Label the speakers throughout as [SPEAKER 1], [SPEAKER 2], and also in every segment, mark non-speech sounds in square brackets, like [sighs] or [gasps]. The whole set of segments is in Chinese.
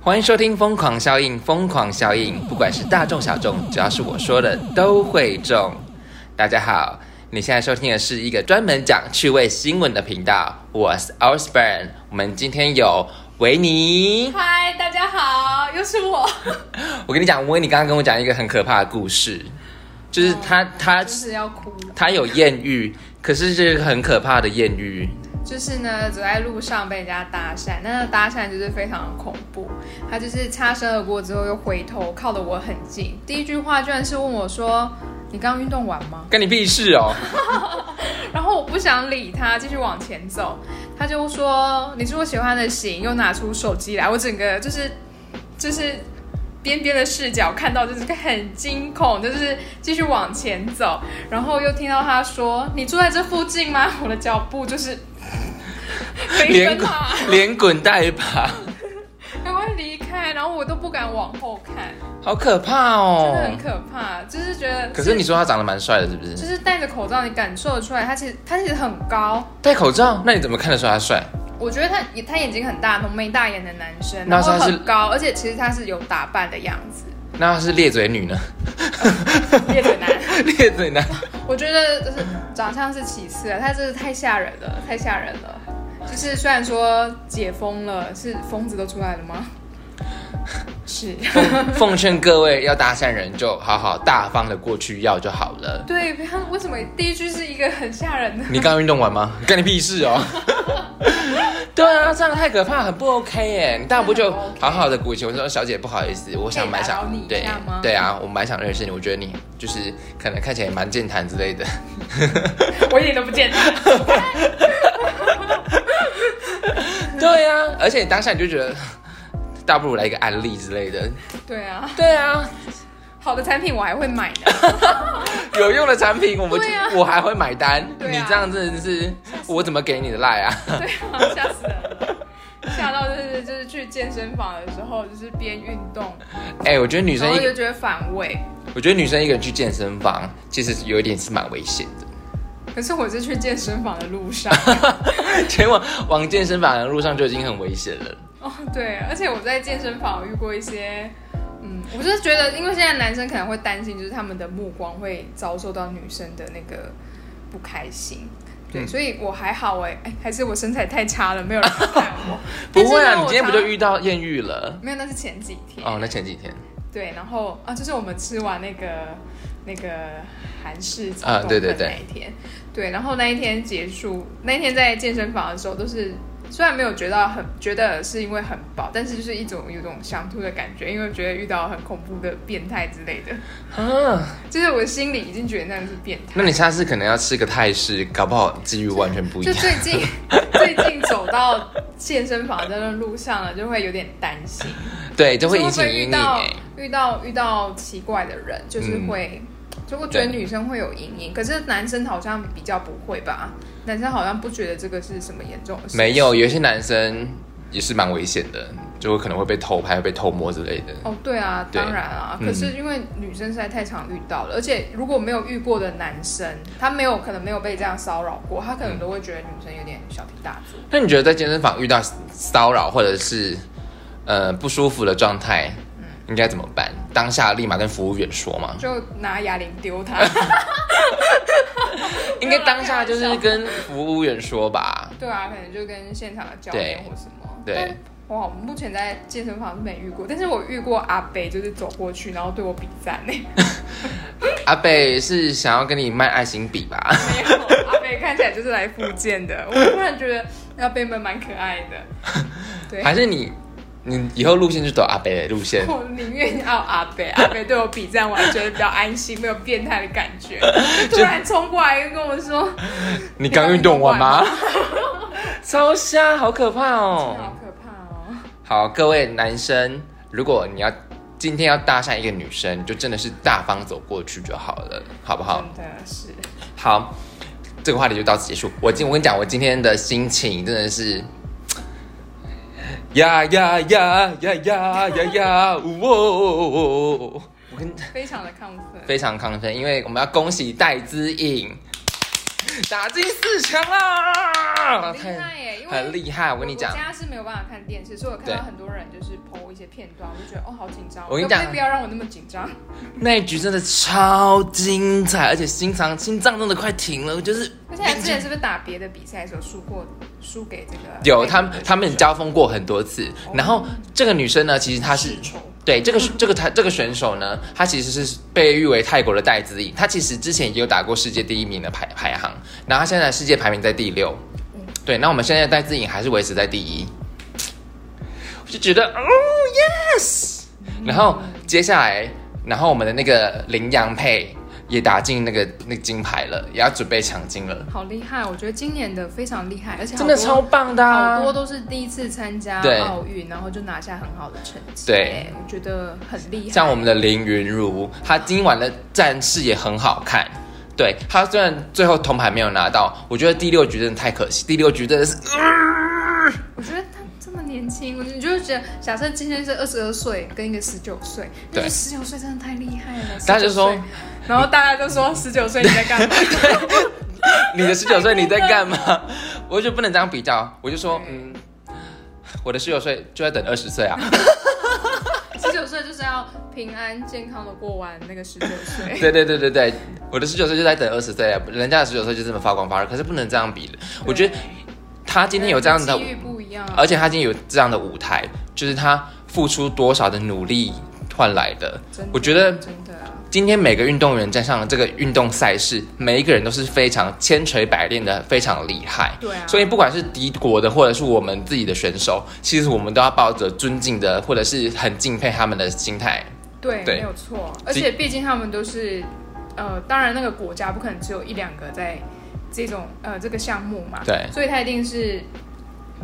[SPEAKER 1] 欢迎收听《疯狂效应》，疯狂效应，不管是大众小众，只要是我说的都会中。大家好，你现在收听的是一个专门讲趣味新闻的频道，我是 Osborn。我们今天有维尼，
[SPEAKER 2] 嗨，大家好，又是我，
[SPEAKER 1] 我跟你讲，维尼刚刚跟我讲一个很可怕的故事，就是他他
[SPEAKER 2] 就是要哭了。
[SPEAKER 1] 他有艳遇，可是是很可怕的艳遇。
[SPEAKER 2] 就是呢，走在路上被人家搭讪，那个搭讪就是非常的恐怖。他就是擦身而过之后又回头靠得我很近，第一句话居然是问我说：“你刚运动完吗
[SPEAKER 1] 干你屁事哦！？”
[SPEAKER 2] 然后我不想理他，继续往前走。他就说：“你是我喜欢的型。”又拿出手机来，我整个就是就是边边的视角看到，就是很惊恐，就是继续往前走，然后又听到他说：“你住在这附近吗？”我的脚步就是 [laughs] 飞
[SPEAKER 1] 连
[SPEAKER 2] 奔
[SPEAKER 1] 滚
[SPEAKER 2] 啊，
[SPEAKER 1] 连滚带爬，
[SPEAKER 2] 赶快离开，然后我都不敢往后看，
[SPEAKER 1] 好可怕
[SPEAKER 2] 真
[SPEAKER 1] 哦！
[SPEAKER 2] 的很可怕，就是觉得。
[SPEAKER 1] 可是你。说他长得蛮帅的，是不？
[SPEAKER 2] 就是是戴着口罩，你感受得出来，他其实他其实很高，
[SPEAKER 1] 戴口罩，那你怎么看得出来他帅？
[SPEAKER 2] 我觉得他他眼睛很大，浓眉大眼的男生，
[SPEAKER 1] 那
[SPEAKER 2] 然后
[SPEAKER 1] 他是
[SPEAKER 2] 很高，而且其实他是有打扮的样
[SPEAKER 1] [laughs]
[SPEAKER 2] 子，
[SPEAKER 1] 那他是裂嘴女呢？ [laughs]
[SPEAKER 2] 也很男。
[SPEAKER 1] 裂嘴
[SPEAKER 2] [laughs]
[SPEAKER 1] 男，
[SPEAKER 2] 我觉得就是长相是其次啊，他真的太吓人了，太吓人了。就是虽然说解封了，是疯子都出来了
[SPEAKER 1] [laughs]
[SPEAKER 2] 吗？是，
[SPEAKER 1] 奉劝各位要搭讪人就好好大方的过去要就好了。
[SPEAKER 2] 对，不要为什么第一句是一个很吓人的？
[SPEAKER 1] 你刚运动完
[SPEAKER 2] [laughs]
[SPEAKER 1] 吗？干你屁事哦！对啊，这样太可怕，很不 OK 耶！你大不就
[SPEAKER 2] 真的很不 OK
[SPEAKER 1] 好好的鼓起，我说小姐不好意思，我想蛮
[SPEAKER 2] 可以打
[SPEAKER 1] 想
[SPEAKER 2] 扰你一
[SPEAKER 1] 对
[SPEAKER 2] 下吗
[SPEAKER 1] 对啊，我蛮想认识你，我觉得你就是可能看起来也蛮健谈之类
[SPEAKER 2] [laughs]
[SPEAKER 1] 的。
[SPEAKER 2] 我一点都不简单。
[SPEAKER 1] 对啊，而且你当下你就觉得，大不如来一个案例之类的。
[SPEAKER 2] 对啊，
[SPEAKER 1] 对啊，
[SPEAKER 2] 好的产品我还会买呢。
[SPEAKER 1] 有用的产品，我们、
[SPEAKER 2] 对啊
[SPEAKER 1] 我还会买单。
[SPEAKER 2] 对啊
[SPEAKER 1] 你这样真的是，我怎么给你的赖啊？ [laughs]
[SPEAKER 2] 对啊，吓死人了。吓到就是就是去健身房的时候，就是边运动，
[SPEAKER 1] 哎、我觉得女
[SPEAKER 2] 然
[SPEAKER 1] 生
[SPEAKER 2] 后
[SPEAKER 1] 一
[SPEAKER 2] 就
[SPEAKER 1] 个，
[SPEAKER 2] 觉得反胃。
[SPEAKER 1] 我觉得女生一个人去健身房，其实有一点是蛮危险的。 [laughs]
[SPEAKER 2] 可是我是去健身房的路上，
[SPEAKER 1] 前往往健身房的路上就已经很危险了。
[SPEAKER 2] 哦，对，而且我在健身房有遇过一些，嗯，我就是觉得，因为现在男生可能会担心，就是他们的目光会遭受到女生的那个不开心。对，
[SPEAKER 1] 嗯。
[SPEAKER 2] 所以我还好哎、哎，还是我身材太差了，没有人看我
[SPEAKER 1] 不会啊，你
[SPEAKER 2] 但是呢
[SPEAKER 1] 今天不就？
[SPEAKER 2] 我
[SPEAKER 1] 遇到艳遇了？
[SPEAKER 2] 常没有，那是前几天。
[SPEAKER 1] 哦，那前几天
[SPEAKER 2] 对，然后啊，就是我们吃完那个那个韩式炒
[SPEAKER 1] 啊
[SPEAKER 2] 冬
[SPEAKER 1] 对对
[SPEAKER 2] 粉
[SPEAKER 1] 对
[SPEAKER 2] 那一天，对，然后那一天结束，那一天在健身房的时候，都是虽然没有觉得很觉得是因为很饱，但是就是一种有种想吐的感觉，因为觉得遇到很恐怖的变态之类的，
[SPEAKER 1] 啊，
[SPEAKER 2] 就是我心里已经觉得那样是变态。
[SPEAKER 1] 那你下次可能要吃个泰式，搞不好机遇完全不一
[SPEAKER 2] 就
[SPEAKER 1] 样。
[SPEAKER 2] 最近 [laughs] 最近走到健身房的那路上了，就会有点担心。
[SPEAKER 1] [laughs] 对，就会
[SPEAKER 2] 就
[SPEAKER 1] 引
[SPEAKER 2] 会
[SPEAKER 1] 起阴
[SPEAKER 2] 遇
[SPEAKER 1] 影、
[SPEAKER 2] 到
[SPEAKER 1] 哎
[SPEAKER 2] 遇到遇到奇怪的人，就是会，就我觉
[SPEAKER 1] 对
[SPEAKER 2] 得女生会有阴影，可是男生好像比较不会吧？男生好像不觉得这个是什么严重的事。
[SPEAKER 1] 没。有，有一些男生也是蛮危险的，就可能会被偷拍、被偷摸之类的。
[SPEAKER 2] 哦，对啊，
[SPEAKER 1] 对
[SPEAKER 2] 当然啊，
[SPEAKER 1] 嗯
[SPEAKER 2] 可是因为女生实在太常遇到了，而且如果没有遇过的男生，他没有可能没有被这样骚扰过，他可
[SPEAKER 1] 嗯
[SPEAKER 2] 能都会觉得女生有点小题大做。
[SPEAKER 1] 那你觉得在健身房遇到骚扰或者是呃不舒服的状态，应该怎么办？当下立马跟服务员说吗？
[SPEAKER 2] 就拿哑铃丢他，
[SPEAKER 1] 应该当下就是跟服务员说吧。
[SPEAKER 2] 对啊，可能就跟现场的教
[SPEAKER 1] 对
[SPEAKER 2] 练或什么。
[SPEAKER 1] 对，
[SPEAKER 2] 哇，我目前在健身房是没遇过，但是我遇过阿北，就是走过去然后对我比赞呢。
[SPEAKER 1] 阿贝是想要跟你卖爱心笔吧？
[SPEAKER 2] 没有，阿北看起来就是来复健的，我突然觉得阿北们蛮可爱的。对，
[SPEAKER 1] 还是你你以后路线就走阿贝的路 [laughs] 线？
[SPEAKER 2] 我宁愿要阿北，阿北对我比赞，我还觉得比较安心，没有变态的感
[SPEAKER 1] [laughs]
[SPEAKER 2] 觉。突然冲过来跟我说，
[SPEAKER 1] 你刚运动完吗？ [laughs] 超瞎，好可怕哦！
[SPEAKER 2] 好可怕哦。
[SPEAKER 1] 好，各位男生，如果你要今天要搭讪一个女生，就真的是大方走过去就好了，好不好？
[SPEAKER 2] 真的是，
[SPEAKER 1] 好，这个话题就到此结束。我今我跟你讲，我今天的心情真的是。呀呀呀呀呀呀呀！哦，我跟
[SPEAKER 2] 非常的亢奋。
[SPEAKER 1] 非常亢奋，因为我们要恭喜戴姿颖打进四强啦！
[SPEAKER 2] 很厉害耶，因为
[SPEAKER 1] 很厉害，我
[SPEAKER 2] 我
[SPEAKER 1] 跟你讲
[SPEAKER 2] 我，家是没有办法看电视，所以我看
[SPEAKER 1] 对
[SPEAKER 2] 到很多人就是 PO 一些片段，我就觉得哦，好紧张。
[SPEAKER 1] 我跟你
[SPEAKER 2] 可不可以
[SPEAKER 1] 讲
[SPEAKER 2] 不要让我那么紧张。
[SPEAKER 1] 那一局真的超精彩，而且心脏心脏真的快停了，就是
[SPEAKER 2] 而且之前是不是打别的比赛的时候输过，输给这个
[SPEAKER 1] 有他们他们交锋过很多次。然后这个女生呢，其实她是
[SPEAKER 2] 世仇
[SPEAKER 1] 对这个这个她这个选手呢，她其实是被誉为泰国的戴资颖，她其实之前也有打过世界第一名的排排行，然后她现在世界排名在第六。对，那我们现在戴资颖还是维持在第一，我就觉得哦 yes。然后接下来，然后我们的那个羚羊配也打进那个那个金牌了，也要准备抢金了，
[SPEAKER 2] 好厉害，我觉得今年的非常厉害，而且好
[SPEAKER 1] 真的
[SPEAKER 2] 多
[SPEAKER 1] 超棒的、啊，
[SPEAKER 2] 好多都是第一次参加
[SPEAKER 1] 对
[SPEAKER 2] 奥运，然后就拿下很好的成绩。
[SPEAKER 1] 对，
[SPEAKER 2] 我觉得很厉害。
[SPEAKER 1] 像我们的林云如，她今晚的战事也很好看。对她虽然最后铜牌没有拿到，我觉得第六局真的太可惜。第六局真的是，
[SPEAKER 2] 我觉得他这么年轻，我你就会觉得，假设今天是二十二岁跟一个十九岁，
[SPEAKER 1] 对
[SPEAKER 2] 那十九岁真的太厉害了。
[SPEAKER 1] 大家就说
[SPEAKER 2] 19岁，然后大家
[SPEAKER 1] [laughs]
[SPEAKER 2] 就说十九岁你在干嘛？
[SPEAKER 1] 呃
[SPEAKER 2] [laughs]
[SPEAKER 1] 你的十九岁你在干嘛？我就不能这样比较，我就说，
[SPEAKER 2] 对
[SPEAKER 1] 嗯，我的十九岁就在等二十岁啊。 [laughs]
[SPEAKER 2] 十九岁就是要平安健康的过完那个十九岁。
[SPEAKER 1] 对对对对对，我的十九岁就在等二十岁啊，人家的十九岁就这么发光发热，可是不能这样比的。 [laughs] 我觉得她今天有这样的
[SPEAKER 2] 机遇不一样啊，
[SPEAKER 1] 而且他今天有这样的舞台，就是他付出多少的努力换来的
[SPEAKER 2] 真的。
[SPEAKER 1] 我觉得
[SPEAKER 2] 真的啊，
[SPEAKER 1] 今天每个运动员站上了这个运动赛事，每一个人都是非常千锤百炼的，非常厉害。
[SPEAKER 2] 对啊
[SPEAKER 1] 所以不管是敌国的，或者是我们自己的选手，其实我们都要抱着尊敬的，或者是很敬佩他们的心态。
[SPEAKER 2] 对，
[SPEAKER 1] 对
[SPEAKER 2] 没有错。而且毕竟他们都是，呃，当然那个国家不可能只有一两个在这种呃这个项目嘛，
[SPEAKER 1] 对
[SPEAKER 2] 所以他一定是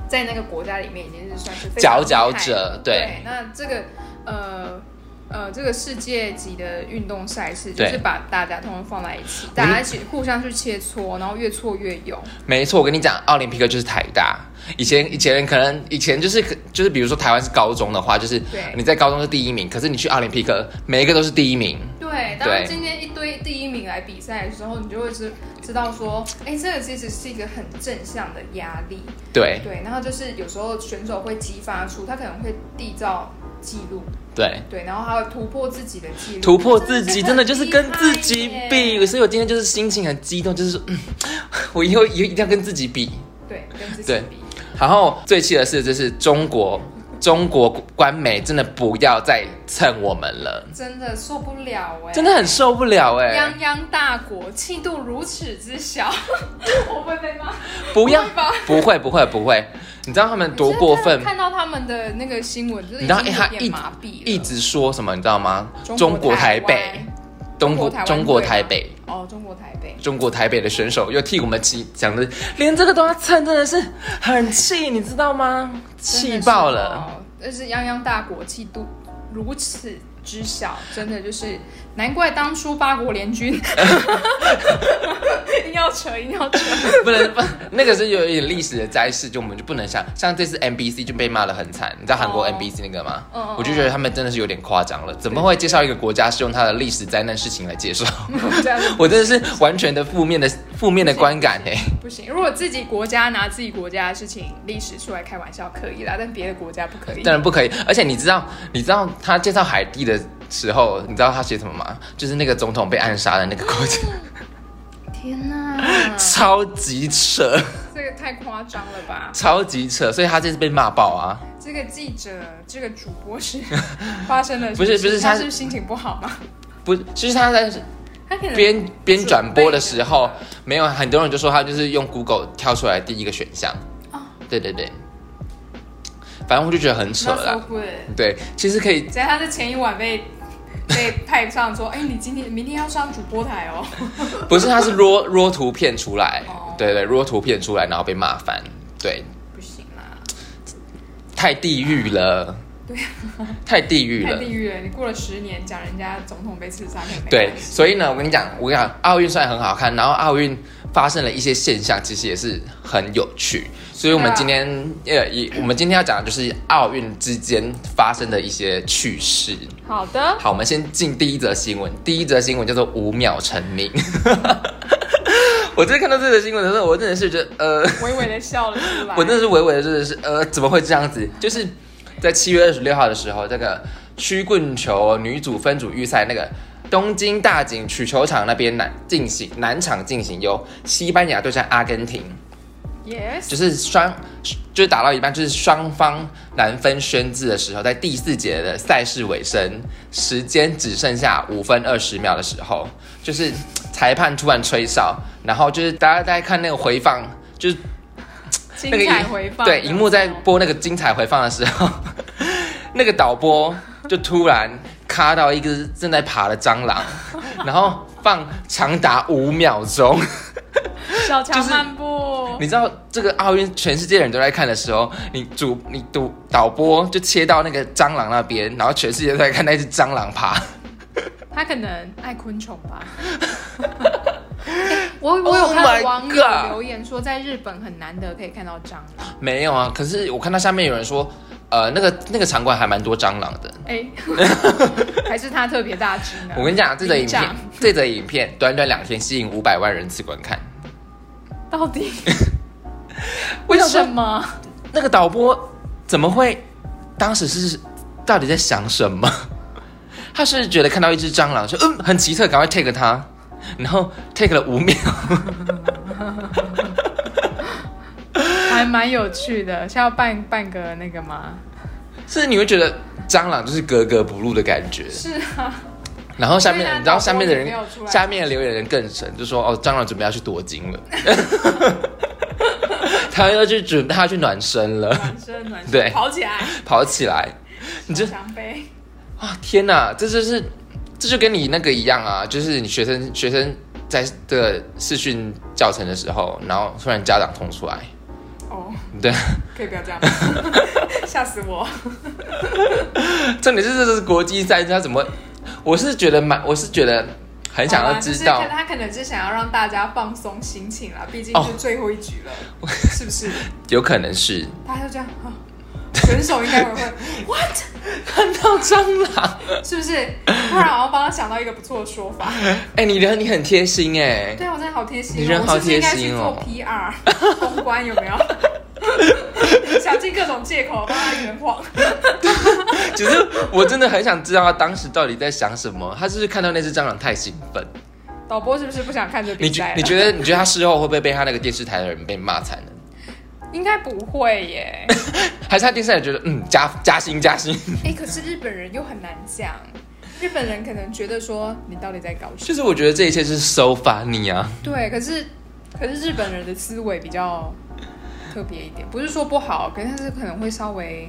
[SPEAKER 2] 在那个国家里面已经是算是非常
[SPEAKER 1] 佼佼
[SPEAKER 2] 厉害
[SPEAKER 1] 者，
[SPEAKER 2] 对，那这个呃呃这个世界级的运动赛事，就
[SPEAKER 1] 对嗯
[SPEAKER 2] 是把大家通通放在一起，大家一起互相去切磋，然后越挫越勇。
[SPEAKER 1] 没错，我跟你讲，奥林匹克就是台大。以前以前可能以前就是就是，比如说台湾是高中的话，就是
[SPEAKER 2] 对
[SPEAKER 1] 你在高中是第一名，可是你去奥林匹克，每一个都是第一名。
[SPEAKER 2] 对，当
[SPEAKER 1] 对
[SPEAKER 2] 今天一堆第一名来比赛的时候，你就会知知道说，哎，这个其实是一个很正向的压力。
[SPEAKER 1] 对
[SPEAKER 2] 对，然后就是有时候选手会激发出他可能会缔造记录，
[SPEAKER 1] 对，
[SPEAKER 2] 对，然后还会突破自己的记录，
[SPEAKER 1] 突破自己，真的就是跟自己
[SPEAKER 2] 很 [laughs] 厉害
[SPEAKER 1] 比。
[SPEAKER 2] 耶。
[SPEAKER 1] 所以我今天就是心情很激动，就是说，嗯， [laughs] 我以后一定要跟自己比。
[SPEAKER 2] 对，跟自己
[SPEAKER 1] 对
[SPEAKER 2] 比，
[SPEAKER 1] 然后最气的是，就是中国中国官媒真的不要再蹭我们了，
[SPEAKER 2] 真的受不了哎、
[SPEAKER 1] 真的很受不了哎、
[SPEAKER 2] 泱泱大国，气度如此之小， [laughs] 我会被骂。
[SPEAKER 1] 不要
[SPEAKER 2] 不会吧，
[SPEAKER 1] 不会不会不会，你知道他们多过分
[SPEAKER 2] 我现在看到他们的那个新闻，就是
[SPEAKER 1] 你知道
[SPEAKER 2] 已经
[SPEAKER 1] 哎他
[SPEAKER 2] 有
[SPEAKER 1] 一
[SPEAKER 2] 点麻痹了。
[SPEAKER 1] 一直说什么，你知道吗？
[SPEAKER 2] 中国
[SPEAKER 1] 台
[SPEAKER 2] 湾
[SPEAKER 1] 北，中国
[SPEAKER 2] 台湾
[SPEAKER 1] 中国
[SPEAKER 2] 队
[SPEAKER 1] 台
[SPEAKER 2] 吗
[SPEAKER 1] 北，
[SPEAKER 2] 哦，中国台北，
[SPEAKER 1] 中国台北的选手又替我们气，讲的连这个都要蹭，真的是很气，你知道吗？气爆了。
[SPEAKER 2] 真的是哦！就是泱泱大国气度如此之小，真的就是难怪当初八国联军 [laughs] 硬要扯，硬要扯。
[SPEAKER 1] [laughs] 不能不，那个是有一点历史的灾事，就我们就不能像像这次 NBC 就被骂的很惨，你知道韩国
[SPEAKER 2] 哦
[SPEAKER 1] NBC 那个吗？
[SPEAKER 2] 嗯嗯
[SPEAKER 1] 我就觉得他们真的是有点夸张了，怎么会介绍一个国家是用它的历史灾难事情来介绍？ [laughs]
[SPEAKER 2] 这样
[SPEAKER 1] 我真的是完全的负面的负面的观
[SPEAKER 2] [laughs]
[SPEAKER 1] 感哎、
[SPEAKER 2] 不行，如果自己国家拿自己国家的事情历史出来开玩笑可以啦，但别的国家不可以。
[SPEAKER 1] 当然不可以。而且你知道，你知道他介绍海地的时候，你知道他写什么吗？就是那个总统被暗杀的那个国家，
[SPEAKER 2] 天哪，
[SPEAKER 1] 超级扯， [laughs]
[SPEAKER 2] 这个太夸张了吧！
[SPEAKER 1] 超级扯，所以他这次被骂爆啊。
[SPEAKER 2] 这个记者，这个主播
[SPEAKER 1] [laughs]
[SPEAKER 2] 是发生了什么
[SPEAKER 1] 不是不是
[SPEAKER 2] 事他
[SPEAKER 1] 他
[SPEAKER 2] 是心情不好吗？
[SPEAKER 1] 不，其实他在
[SPEAKER 2] 他可能
[SPEAKER 1] 边边转播的时候
[SPEAKER 2] 准备，
[SPEAKER 1] 没有很多人就说他就是用 Google 跳出来第一个选项。
[SPEAKER 2] 哦
[SPEAKER 1] 对对对，反正我就觉得很扯
[SPEAKER 2] Not so
[SPEAKER 1] 啦。
[SPEAKER 2] good
[SPEAKER 1] 对，其实可以
[SPEAKER 2] 只要他在前一晚被被派上说，哎、你今天明天要上主播台哦。
[SPEAKER 1] 不是，他是 raw raw 图片出来
[SPEAKER 2] 哦，
[SPEAKER 1] 对对，raw 图片出来，然后被骂翻，对，
[SPEAKER 2] [laughs] 不行啊啦，
[SPEAKER 1] 太地狱了，对，太地狱
[SPEAKER 2] [laughs] 太
[SPEAKER 1] 了
[SPEAKER 2] 地。狱了！你过了十年讲人家总统被刺杀，可能没
[SPEAKER 1] 对，
[SPEAKER 2] 关系
[SPEAKER 1] 所以呢，我跟你讲，我跟你讲，奥运虽然很好看，然后奥运发生了一些现象，其实也是很有趣。所以我们今天呃，也我们今天要讲的就是奥运之间发生的一些趣事。
[SPEAKER 2] 好的，
[SPEAKER 1] 好，我们先进第一则新闻。第一则新闻叫做“五秒成名” [laughs] 我真的看到这个新闻的时候，我真的是觉得，呃，
[SPEAKER 2] 微微的笑了出来。
[SPEAKER 1] 我那时候微微的真的是，呃，怎么会这样子？就是在七月二十六号的时候，这个曲棍球女组分组预赛那个。东京大井曲球场那边南进行南场进行由西班牙对战阿根廷，
[SPEAKER 2] yes，
[SPEAKER 1] 就是双就是打到一半，就是双方难分轩字的时候，在第四节的赛事尾声，时间只剩下五分二十秒的时候，就是裁判突然吹哨，然后就是大家在看那个回放，就是
[SPEAKER 2] 精
[SPEAKER 1] 那个
[SPEAKER 2] 彩
[SPEAKER 1] 荧
[SPEAKER 2] 回放。
[SPEAKER 1] 对，荧幕在播那个精彩回放的时候， [laughs] 那个导播就突然卡到一只正在爬的蟑螂，然后放长达五秒钟。 [laughs]
[SPEAKER 2] 小强
[SPEAKER 1] 就是
[SPEAKER 2] 漫步，
[SPEAKER 1] 你知道这个奥运全世界人都在看的时候，你主你读导播就切到那个蟑螂那边，然后全世界都在看那只蟑螂爬。
[SPEAKER 2] 他可能爱昆虫
[SPEAKER 1] [laughs]
[SPEAKER 2] 吧。欸我我有
[SPEAKER 1] Oh my
[SPEAKER 2] 看到网
[SPEAKER 1] God
[SPEAKER 2] 友留言说，在日本很难得可以看到蟑螂。
[SPEAKER 1] 没有啊，可是我看到下面有人说，呃，那个那个场馆还蛮多蟑螂的。
[SPEAKER 2] 哎、 [laughs] 还是他特别大只呢。
[SPEAKER 1] 我跟你讲，这则影
[SPEAKER 2] 里
[SPEAKER 1] 片
[SPEAKER 2] 长，
[SPEAKER 1] 这则影片短短两天吸引五百万人次观看。
[SPEAKER 2] 到底
[SPEAKER 1] 我
[SPEAKER 2] 为
[SPEAKER 1] 想说
[SPEAKER 2] 什么？
[SPEAKER 1] 那个导播怎么会？当时是到底在想什么？ [laughs] 他是觉得看到一只蟑螂，说嗯很奇特，赶快 take 它，然后 take 了五秒。 [laughs]
[SPEAKER 2] 还蛮有趣的，是要办办个那个吗？
[SPEAKER 1] 是你会觉得蟑螂就是格格不入的感觉。
[SPEAKER 2] 是啊，
[SPEAKER 1] 然后下面
[SPEAKER 2] 对啊
[SPEAKER 1] 你知道下面的
[SPEAKER 2] 导播也没有
[SPEAKER 1] 人
[SPEAKER 2] 出，来
[SPEAKER 1] 下面的留言人更神，就说哦，蟑螂准备要去夺金了， [laughs] 他要去准他要去暖身了， [laughs]
[SPEAKER 2] 暖身暖身，
[SPEAKER 1] 对
[SPEAKER 2] 跑起来，
[SPEAKER 1] 跑起来。你这
[SPEAKER 2] 强杯，
[SPEAKER 1] 啊天哪，这就是这就跟你那个一样啊，就是你学生学生在这个视讯教程的时候，然后突然家长冲出来，
[SPEAKER 2] 哦，
[SPEAKER 1] 对， [laughs]
[SPEAKER 2] 可以不要 [laughs] 这样，吓死我！
[SPEAKER 1] 重点是这是国际赛，他怎么会？我是觉得蛮，我是觉得很想要知道哦
[SPEAKER 2] 好啦就是。他可能是想要让大家放松心情啦，毕竟是最后一局
[SPEAKER 1] [laughs]
[SPEAKER 2] 了，是不是？
[SPEAKER 1] 有可能
[SPEAKER 2] [laughs]
[SPEAKER 1] 是
[SPEAKER 2] 大家就这样，啊选手应
[SPEAKER 1] [laughs]
[SPEAKER 2] 该也会 what，
[SPEAKER 1] 看到蟑螂。
[SPEAKER 2] 是不是？突然我帮他想到一个不错的说法，
[SPEAKER 1] 哎、你人你很贴心哎、
[SPEAKER 2] 对我真的好贴心、哦，
[SPEAKER 1] 你人好贴心哦
[SPEAKER 2] 我是不是应该去做 PR 公关有没有？
[SPEAKER 1] [laughs]
[SPEAKER 2] 想尽各种借口帮他圆谎，
[SPEAKER 1] 只是我真的很想知道他当时到底在想什么。他是不是看到那只蟑螂太兴奋？
[SPEAKER 2] 导播是不是不想看这
[SPEAKER 1] 你
[SPEAKER 2] 比
[SPEAKER 1] 觉
[SPEAKER 2] 赛了？
[SPEAKER 1] 你觉得你觉得他事后会不会被他那个电视台的人被骂惨呢？
[SPEAKER 2] 应该不会
[SPEAKER 1] [laughs]
[SPEAKER 2] 耶。
[SPEAKER 1] 还是他电视台觉得嗯加加薪加薪？
[SPEAKER 2] 哎、可是日本人又很难讲，日本人可能觉得说你到底在搞什
[SPEAKER 1] 就是我觉得这一切是 so [laughs] funny 啊
[SPEAKER 2] 么？。对，可是可是日本人的思维比较特别一点，不是说不好，可是他是可能会稍微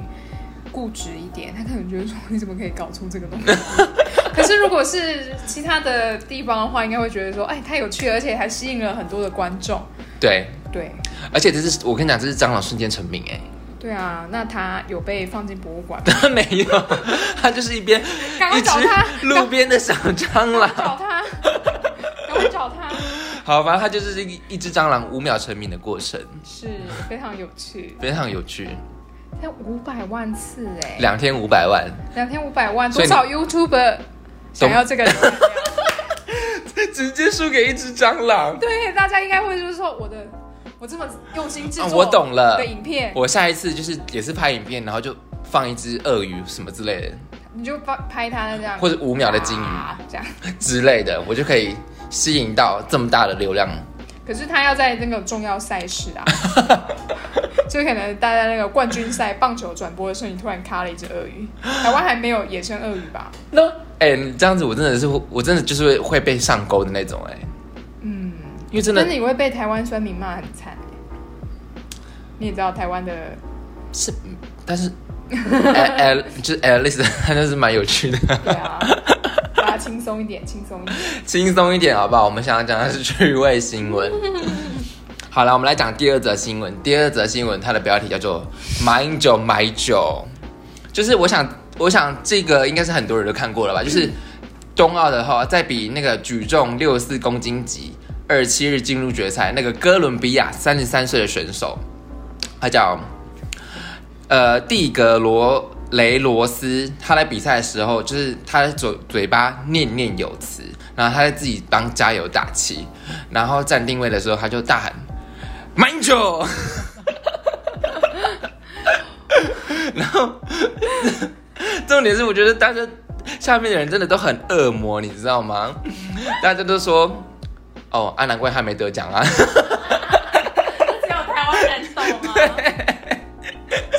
[SPEAKER 2] 固执一点，他可能觉得说你怎么可以搞出这
[SPEAKER 1] [laughs]
[SPEAKER 2] 个东西？可是如果是其他的地方的话，应该会觉得说，哎，太有趣了，而且还吸引了很多的观众。
[SPEAKER 1] 对，
[SPEAKER 2] 对，
[SPEAKER 1] 而且这是我跟你讲，这是蟑螂瞬间成名哎、
[SPEAKER 2] 对啊，那他有被放进博物馆吗，
[SPEAKER 1] 他 [laughs] 没有， [laughs] 他就是一边
[SPEAKER 2] 赶快
[SPEAKER 1] 一
[SPEAKER 2] 找他
[SPEAKER 1] 只 [laughs] 路边的小蟑螂。 [laughs]
[SPEAKER 2] 找他，赶快找他。
[SPEAKER 1] 好吧，他就是一一只蟑螂五秒成名的过程，
[SPEAKER 2] 是非常有趣，
[SPEAKER 1] 非常有趣。
[SPEAKER 2] 才五百万次哎、
[SPEAKER 1] 两天五百万， [laughs]
[SPEAKER 2] 两天五百万，
[SPEAKER 1] 所
[SPEAKER 2] 多
[SPEAKER 1] 以
[SPEAKER 2] 少 YouTuber 想要这个流量？
[SPEAKER 1] 直接输给一只蟑螂。
[SPEAKER 2] 对，大家应该会就是说我的，我这么用心制
[SPEAKER 1] 啊
[SPEAKER 2] 作、
[SPEAKER 1] 我懂了
[SPEAKER 2] 的影片，
[SPEAKER 1] 我下一次就是也是拍影片，然后就放一只鳄鱼什么之类的，
[SPEAKER 2] 你就拍拍他这样，
[SPEAKER 1] 或者五秒的金鱼
[SPEAKER 2] 啊这样。
[SPEAKER 1] 之类的，我就可以吸引到这么大的流量。
[SPEAKER 2] 可是他要在那个重要赛事啊，就可能大家那个冠军赛棒球转播的时候，你突然卡了一只鳄鱼，台湾还没有野生鳄鱼吧？
[SPEAKER 1] 那哎、你这样子我真的是会我真的就是会会被上钩的那种哎、
[SPEAKER 2] 嗯，
[SPEAKER 1] 因为真
[SPEAKER 2] 但
[SPEAKER 1] 的
[SPEAKER 2] 是你会被台湾酸民骂很惨、你也知道台湾的
[SPEAKER 1] 是，嗯但是哎哎，就是 Alice [laughs] 她真的是蛮有趣的，[laughs]
[SPEAKER 2] 对啊，大家轻松一点，轻松一点。
[SPEAKER 1] 轻松一点好不好？我们想要讲的是趣味新闻。好了，我们来讲第二则新闻。第二则新闻它的标题叫做“马英九买酒”，就是我想，我想这个应该是很多人都看过了吧？就是冬奥的话，在比那个举重六四公斤级二十七日进入决赛，那个哥伦比亚三十三岁的选手，他叫呃蒂格罗雷罗斯，他在比赛的时候，就是他的嘴嘴巴念念有词，然后他在自己帮加油打气，然后站定位的时候，他就大喊 m a n j o 然后重点是，我觉得大家下面的人真的都很恶魔，你知道吗？大家都说，哦，啊，难怪他没得奖啊。
[SPEAKER 3] 只有台湾人懂吗？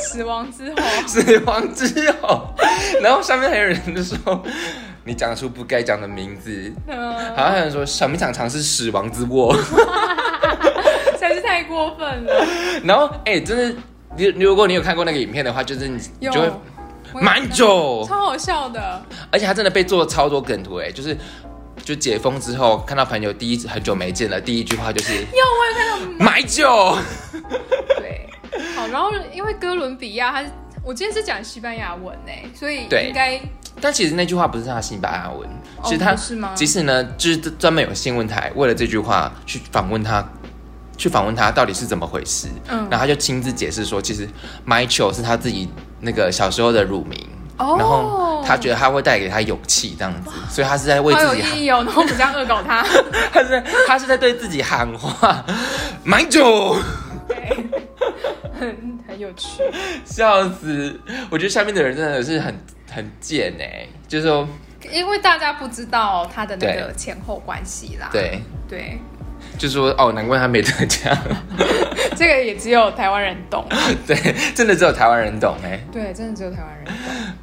[SPEAKER 2] 死亡之后，
[SPEAKER 1] 死亡之后，然后上面还有人就说你讲出不该讲的名字，
[SPEAKER 2] 嗯，
[SPEAKER 1] 好像还有人说小明常常是死亡之握，
[SPEAKER 2] 实在是太过分了。
[SPEAKER 1] 然后哎、真的，你你如果你有看过那个影片的话，就是你你
[SPEAKER 2] 有
[SPEAKER 1] 就会
[SPEAKER 2] 我有
[SPEAKER 1] 蛮久，
[SPEAKER 2] 超好笑的，
[SPEAKER 1] 而且他真的被做超多梗图哎、就是。就解封之后，看到朋友第一很久没见了，第一句话就是
[SPEAKER 2] 有我有看到
[SPEAKER 1] 买酒。
[SPEAKER 2] 对，好，然后因为哥伦比亚，他是我今天是讲西班牙文诶，所以
[SPEAKER 1] 对
[SPEAKER 2] 应该
[SPEAKER 1] 但其实那句话不是他西班牙文，其实他、
[SPEAKER 2] 哦不是吗
[SPEAKER 1] 即使呢，就是专门有新闻台为了这句话去访问他，去访问他到底是怎么回事。
[SPEAKER 2] 嗯
[SPEAKER 1] 然后他就亲自解释说，其实 Michael 是他自己那个小时候的乳名。
[SPEAKER 2] 哦
[SPEAKER 1] 然后他觉得他会带给他勇气，这样子，所以他是在为
[SPEAKER 2] 好
[SPEAKER 1] 自
[SPEAKER 2] 有
[SPEAKER 1] 己喊，
[SPEAKER 2] 意义哦。然后我们这样恶搞他，
[SPEAKER 1] [laughs]
[SPEAKER 2] [laughs]
[SPEAKER 1] 他是在他是在对自己喊话， [laughs] 买酒，
[SPEAKER 2] 对，很很有趣。
[SPEAKER 1] 笑死！我觉得下面的人真的是很很贱哎、就是说
[SPEAKER 2] 因为大家不知道他的那
[SPEAKER 1] 对
[SPEAKER 2] 个前后关系啦，
[SPEAKER 1] 对，
[SPEAKER 2] 对，
[SPEAKER 1] 就说哦，难怪他没得奖。
[SPEAKER 2] 这个也只有台湾人
[SPEAKER 1] [laughs]
[SPEAKER 2] 懂，
[SPEAKER 1] 对，真的只有台湾人懂哎、
[SPEAKER 2] 对，真的只有台湾人懂。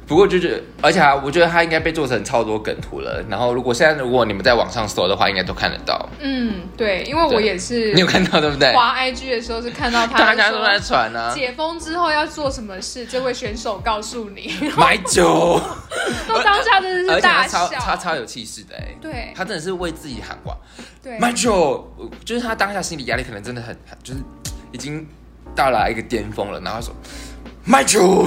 [SPEAKER 1] 不过就是，而且啊，我觉得他应该被做成超多梗图了。然后，如果现在如果你们在网上搜的话，应该都看得到。
[SPEAKER 2] 嗯，对，因为我
[SPEAKER 1] 对
[SPEAKER 2] 也是
[SPEAKER 1] 你有看到对不对？
[SPEAKER 2] 滑 IG 的时候是看到他
[SPEAKER 1] 大家都
[SPEAKER 2] 说
[SPEAKER 1] 在传啊，
[SPEAKER 2] 解封之后要做什么事，这位选手告诉
[SPEAKER 1] [laughs]
[SPEAKER 2] 你，
[SPEAKER 1] 买酒，
[SPEAKER 2] 都当下真的
[SPEAKER 1] 而
[SPEAKER 2] 是
[SPEAKER 1] 且他
[SPEAKER 2] 大
[SPEAKER 1] 超他
[SPEAKER 2] 笑，
[SPEAKER 1] 超有气势的哎、
[SPEAKER 2] 对
[SPEAKER 1] 他真的是为自己喊话，
[SPEAKER 2] 对，
[SPEAKER 1] 买酒，就是他当下心理压力可能真的很，很就是已经到了一个巅峰了，然后他说买酒。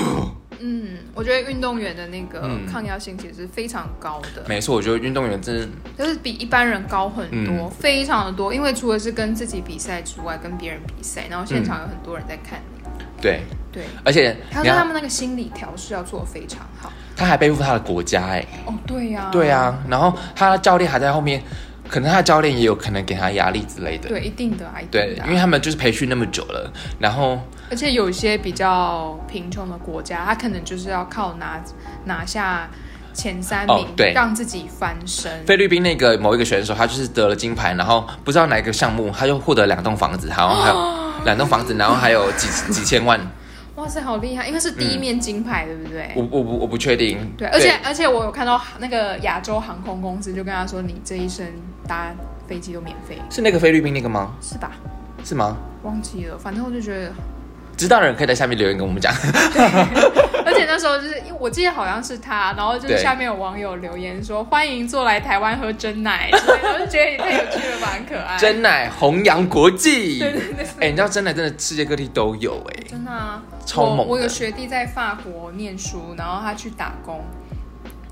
[SPEAKER 2] 嗯，我觉得运动员的那个
[SPEAKER 1] 嗯
[SPEAKER 2] 抗压性其实是非常高的，
[SPEAKER 1] 没错，我觉得运动员真的
[SPEAKER 2] 就是比一般人高很多，
[SPEAKER 1] 嗯
[SPEAKER 2] 非常的多。因为除了是跟自己比赛之外，跟别人比赛，然后现
[SPEAKER 1] 嗯
[SPEAKER 2] 场有很多人在看你。
[SPEAKER 1] 对，
[SPEAKER 2] 对，
[SPEAKER 1] 而且
[SPEAKER 2] 他
[SPEAKER 1] 你
[SPEAKER 2] 说他
[SPEAKER 1] 看
[SPEAKER 2] 们那个心理调试要做得非常好。
[SPEAKER 1] 他还背负他的国家哎、
[SPEAKER 2] 哦，对呀、
[SPEAKER 1] 对，啊，
[SPEAKER 2] 嗯
[SPEAKER 1] 然后他的教练还在后面，可能他的教练也有可能给他压力之类的。
[SPEAKER 2] 对，一定的啊，一
[SPEAKER 1] 对
[SPEAKER 2] 定的啊、
[SPEAKER 1] 因为他们就是培训那么久了，然后
[SPEAKER 2] 而且有一些比较贫穷的国家，他可能就是要靠拿拿下前三名，
[SPEAKER 1] 哦对
[SPEAKER 2] 让自己翻身。
[SPEAKER 1] 菲律宾那个某一个选手，他就是得了金牌，然后不知道哪一个项目，他就获得两栋房子，好像还
[SPEAKER 2] 哦
[SPEAKER 1] 有两栋房子，然后还有
[SPEAKER 2] [laughs]
[SPEAKER 1] 几几千万，
[SPEAKER 2] 哇塞，好厉害！因为是第一面金牌，对不对？
[SPEAKER 1] 我我不我不确定。
[SPEAKER 2] 对，而且而且我有看到那个亚洲航空公司就跟他说，你这一生搭飞机都免费，
[SPEAKER 1] 是那个菲律宾那个吗？
[SPEAKER 2] 是吧？
[SPEAKER 1] 是吗？
[SPEAKER 2] 忘记了，反正我就觉得，
[SPEAKER 1] 知道的人可以在下面留言跟我们讲。
[SPEAKER 2] 哎 [laughs] 而且那时候就是，因为我记得好像是他，然后就是
[SPEAKER 1] 对
[SPEAKER 2] 下面有网友留言说欢迎坐来台湾喝真奶，之类的我就觉得也太有趣了吧，很可爱。
[SPEAKER 1] 真奶弘扬国际，
[SPEAKER 2] 对对对
[SPEAKER 1] 哎、你知道真奶真的世界各地都有哎、
[SPEAKER 2] 真的啊，
[SPEAKER 1] 超猛的
[SPEAKER 2] 我！我有学弟在法国念书，然后他去打工，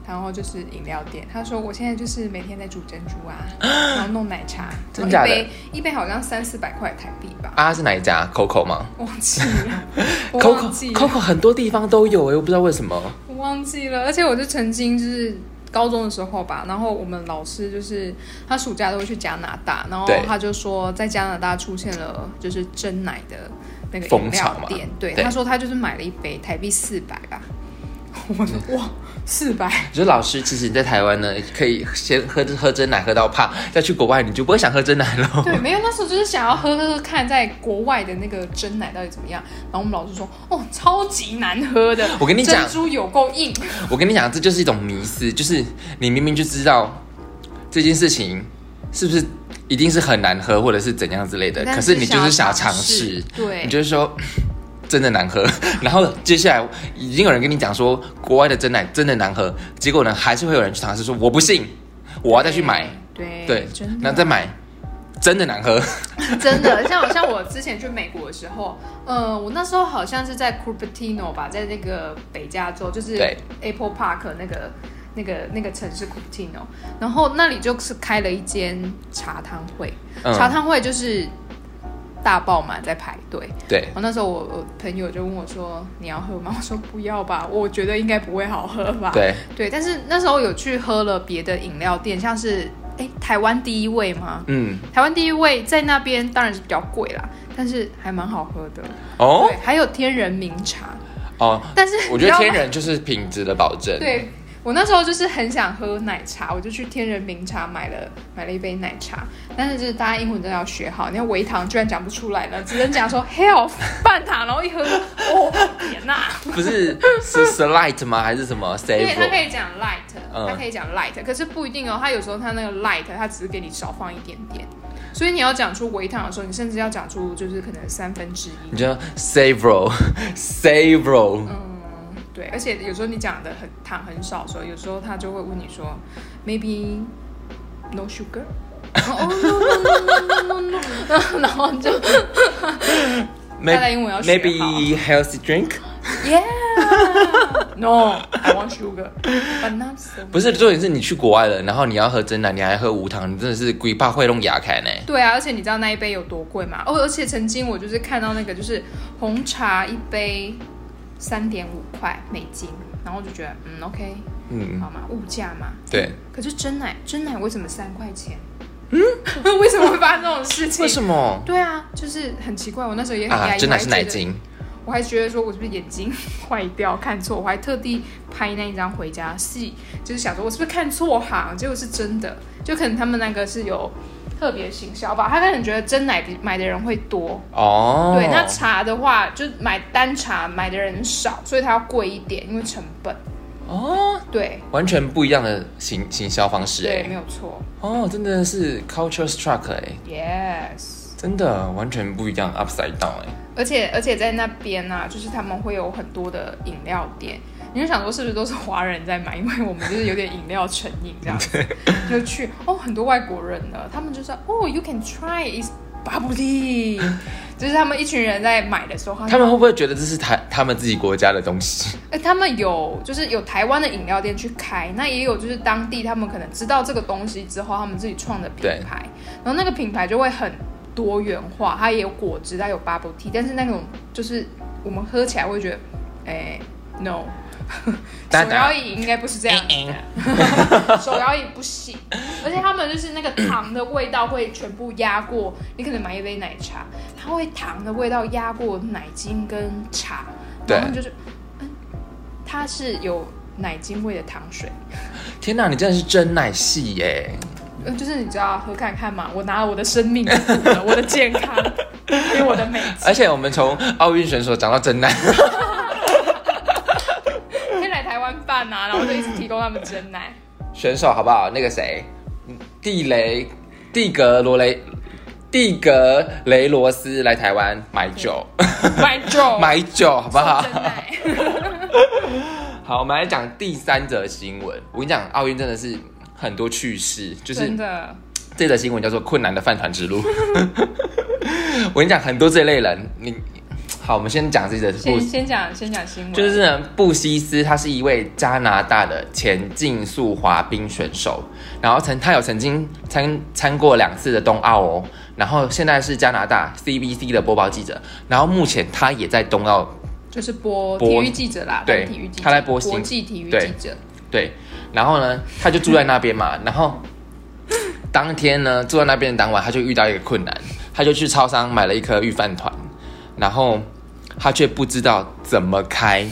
[SPEAKER 2] 然后就是饮料店。他说我现在就是每天在煮珍珠
[SPEAKER 1] [laughs]
[SPEAKER 2] 啊，然后弄奶茶，
[SPEAKER 1] 真假的
[SPEAKER 2] 一杯一杯好像三四百块台币吧，
[SPEAKER 1] 啊，是哪一家？Coco 吗
[SPEAKER 2] 忘
[SPEAKER 1] [laughs]
[SPEAKER 2] 记了，我忘记
[SPEAKER 1] ？Coco
[SPEAKER 2] 了，
[SPEAKER 1] Coco 很多地方都有哎、我不知道为什么。
[SPEAKER 2] 我忘记了。而且我就曾经就是。高中的时候吧，然后我们老师就是他暑假都会去加拿大，然后
[SPEAKER 1] 对
[SPEAKER 2] 他就说在加拿大出现了就是真奶的那个饮
[SPEAKER 1] 风潮
[SPEAKER 2] 料
[SPEAKER 1] 嘛
[SPEAKER 2] 店，对，
[SPEAKER 1] 对
[SPEAKER 2] 他说他就是买了一杯台币四百吧， [laughs] 我说
[SPEAKER 1] 嗯
[SPEAKER 2] 哇四百， [laughs]
[SPEAKER 1] 我觉得老师，其实你在台湾呢，可以先喝喝真奶喝到怕，再去国外你就不会想喝真奶了。
[SPEAKER 2] 对，没有那时候就是想要喝喝喝看在国外的那个真奶到底怎么样，然后我们老师说哦超级难喝的，
[SPEAKER 1] 我跟你讲
[SPEAKER 2] 珍珠有够硬，
[SPEAKER 1] [laughs] 我跟你讲，这就是一种迷思，就是你明明就知道这件事情是不是一定是很难喝，或者是怎样之类的，
[SPEAKER 2] 但
[SPEAKER 1] 可是你就是
[SPEAKER 2] 想
[SPEAKER 1] 想
[SPEAKER 2] 要
[SPEAKER 1] 要
[SPEAKER 2] 尝
[SPEAKER 1] 尝试，
[SPEAKER 2] 对，
[SPEAKER 1] 你就是说嗯真的难喝， [laughs] 然后接下来已经有人跟你讲说国外的真奶真的难喝，结果呢还是会有人去尝试说我不信，我要再去买，
[SPEAKER 2] 对
[SPEAKER 1] 对，
[SPEAKER 2] 哎真
[SPEAKER 1] 然
[SPEAKER 2] 的
[SPEAKER 1] 后再买，真的难
[SPEAKER 2] [laughs]
[SPEAKER 1] 喝，
[SPEAKER 2] 真的，像像我之前去美国的时候，呃，我那时候好像是在 Cupertino 吧，在那个北加州，就是
[SPEAKER 1] 对
[SPEAKER 2] Apple Park 那个那个那个城市 Cupertino，然后那里就是开了一间茶汤会，
[SPEAKER 1] 嗯
[SPEAKER 2] 茶汤会就是大爆满在排队。
[SPEAKER 1] 对，
[SPEAKER 2] 我那时候我我朋友就问我说：“你要喝吗？” [laughs] 我说：“不要吧，我觉得应该不会好喝吧。
[SPEAKER 1] 对，
[SPEAKER 2] 对但是那时候有去喝了别的饮料店，像是哎台湾第一味吗？
[SPEAKER 1] 嗯，
[SPEAKER 2] 台湾第一味在那边当然是比较贵啦，但是还蛮好喝的。
[SPEAKER 1] 哦
[SPEAKER 2] 对，还有天人茗茶，
[SPEAKER 1] 哦，
[SPEAKER 2] 但是
[SPEAKER 1] 我
[SPEAKER 2] 你
[SPEAKER 1] 觉
[SPEAKER 2] 知
[SPEAKER 1] 得
[SPEAKER 2] 道
[SPEAKER 1] 天
[SPEAKER 2] 吗
[SPEAKER 1] 人就是品质的保证。，
[SPEAKER 2] 对。我那时候就是很想喝奶茶，我就去天人茗茶买了买了一杯奶茶。但是就是大家英文真的要学好，你看维糖居然讲不出来了，只能讲说 [laughs] help 半糖，然后一喝 [laughs] 哦
[SPEAKER 1] [laughs]
[SPEAKER 2] 天呐、
[SPEAKER 1] 不是是 slight 吗？还是什
[SPEAKER 2] [laughs]
[SPEAKER 1] 么
[SPEAKER 2] 因为它可
[SPEAKER 1] savory？
[SPEAKER 2] 以讲 light，、
[SPEAKER 1] 哎嗯
[SPEAKER 2] 它可以讲 light，可是不一定哦。它有时候它那个 light，它只是给你少放一点点，所以你要讲出微糖的时候，你甚至要讲出就是可能三分之
[SPEAKER 1] 你
[SPEAKER 2] 一。
[SPEAKER 1] 就 [laughs] savory savory，
[SPEAKER 2] 嗯对，而且有时候你讲的很糖很少的时候，有时候他就会问你说，maybe no sugar。哦 no no no no no no，然后就大家英文要学好
[SPEAKER 1] maybe healthy drink。
[SPEAKER 2] yeah，no，I want sugar，but not so。
[SPEAKER 1] 不是，重点是你去国外了，然后你要喝真奶，你还喝无糖，你真的是鬼怕会弄牙开呢。
[SPEAKER 2] 对啊，而且你知道那一杯有多贵吗？哦，而且曾经我就是看到那个，就是红茶一杯三点五块美金，然后我就觉得，嗯，OK，
[SPEAKER 1] 嗯，
[SPEAKER 2] 好嘛，物价嘛。
[SPEAKER 1] 对。
[SPEAKER 2] 可是真奶，真奶为什么三块钱？嗯， [laughs] 为什么会发生这种事情？
[SPEAKER 1] 为什么
[SPEAKER 2] 对啊，就是很奇怪。我那时候也很压抑，
[SPEAKER 1] 啊？真奶是奶
[SPEAKER 2] 精，
[SPEAKER 1] 精，
[SPEAKER 2] 我还觉得说我是不是眼睛坏掉看错，我还特地拍那一张回家戏，就是想说我是不是看错行，结果是真的，就可能他们那个是有特别行销吧，他可能觉得真奶比买的人会多，
[SPEAKER 1] 哦，
[SPEAKER 2] 对，那茶的话就买单茶买的人少，所以它要贵一点，因为成本，
[SPEAKER 1] 哦，
[SPEAKER 2] 对
[SPEAKER 1] 完全不一样的行行销方式
[SPEAKER 2] 对，没
[SPEAKER 1] 哎，
[SPEAKER 2] 有错
[SPEAKER 1] 哦，真的是 culture struck 哎，
[SPEAKER 2] ，yes。
[SPEAKER 1] 真的完全不一样，upside down 哎，
[SPEAKER 2] 而且而且在那边呢、啊，就是他们会有很多的饮料店，你就想说是不是都是华人在买？因为我们就是有点饮料成瘾这样子，就去哦，很多外国人呢，他们就说哦，you can try is bubble tea，就是他们一群人在买的时候，
[SPEAKER 1] 他们会不会觉得这是台他们自己国家的东西？
[SPEAKER 2] 哎、他们有就是有台湾的饮料店去开，那也有就是当地他们可能知道这个东西之后，他们自己创的品
[SPEAKER 1] 对
[SPEAKER 2] 牌，然后那个品牌就会很多元化，它也有果汁，它有 bubble tea，但是那种就是我们喝起来会觉得，哎、n o
[SPEAKER 1] 大
[SPEAKER 2] [laughs] 手
[SPEAKER 1] 家
[SPEAKER 2] 摇椅应该不是这样
[SPEAKER 1] [laughs]
[SPEAKER 2] 子
[SPEAKER 1] 嗯
[SPEAKER 2] 的，手摇椅不行，而且他们就是那个糖的味道会全部压过，你可能买一杯奶茶，它会糖的味道压过奶精跟茶，
[SPEAKER 1] 对
[SPEAKER 2] 然后就是，嗯，它是有奶精味的糖水，
[SPEAKER 1] 天哪，你真的是真奶系耶！
[SPEAKER 2] 呃就是你知道喝看看嘛，我拿了我的生命去赌了，我的健康，还有我的美
[SPEAKER 1] 而
[SPEAKER 2] 肌，
[SPEAKER 1] 且我们从奥运选手讲到真奶，
[SPEAKER 2] 可以来台湾办啊，然后就一直提供他们真奶。
[SPEAKER 1] [laughs] 选手好不好？那个谁，地雷蒂格罗雷蒂格雷罗斯来台湾买酒，
[SPEAKER 2] 买酒，
[SPEAKER 1] [laughs] 买啊酒好不好
[SPEAKER 2] 送？真奶。
[SPEAKER 1] 好，我们来讲第三则新闻。我跟你讲，奥运真的是很多趣事， [laughs] 就是
[SPEAKER 2] 真的，
[SPEAKER 1] 这则新闻叫做“困难的饭团之路” 。我跟你讲，很多这类人，你好，我们先讲这则故
[SPEAKER 2] 先
[SPEAKER 1] 事。
[SPEAKER 2] 先讲先讲新闻，
[SPEAKER 1] 就是呢，布希斯他是一位加拿大的前竞速滑冰选手，然后曾他有曾经参参过两次的冬奥哦，然后现在是加拿大 CBC 的播报记者，然后目前他也在冬奥
[SPEAKER 2] 就是播体
[SPEAKER 1] 播
[SPEAKER 2] 育记者啦，
[SPEAKER 1] 对
[SPEAKER 2] 当体育记者，
[SPEAKER 1] 他在播新
[SPEAKER 2] 国际体育
[SPEAKER 1] 对
[SPEAKER 2] 记者，
[SPEAKER 1] 对，然后呢，他就住在那边嘛，然后当天呢，住在那边的当晚，他就遇到一个困难，他就去超商买了一颗预饭团，然后他却不知道怎么开，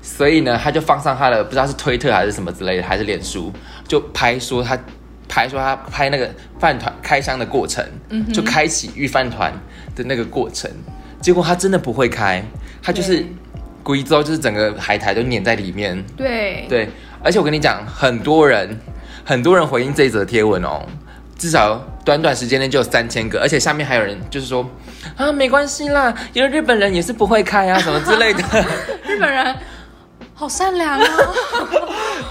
[SPEAKER 1] 所以呢，他就放上他的不知道是推特还是什么之类的，还是脸书，就拍说他拍说他拍那个饭团开箱的过程，就开启预饭团的那个过程，结果他真的不会开，他就是
[SPEAKER 2] 对。
[SPEAKER 1] 贵州就是整个海苔都粘在里面，
[SPEAKER 2] 对，
[SPEAKER 1] 对，而且我跟你讲，很多人很多人回应这一则贴文哦，至少短短时间内就有三千个，而且下面还有人就是说啊，没关系啦，因为日本人也是不会开啊，什么之类的。 [laughs]
[SPEAKER 2] 日本人好善良啊！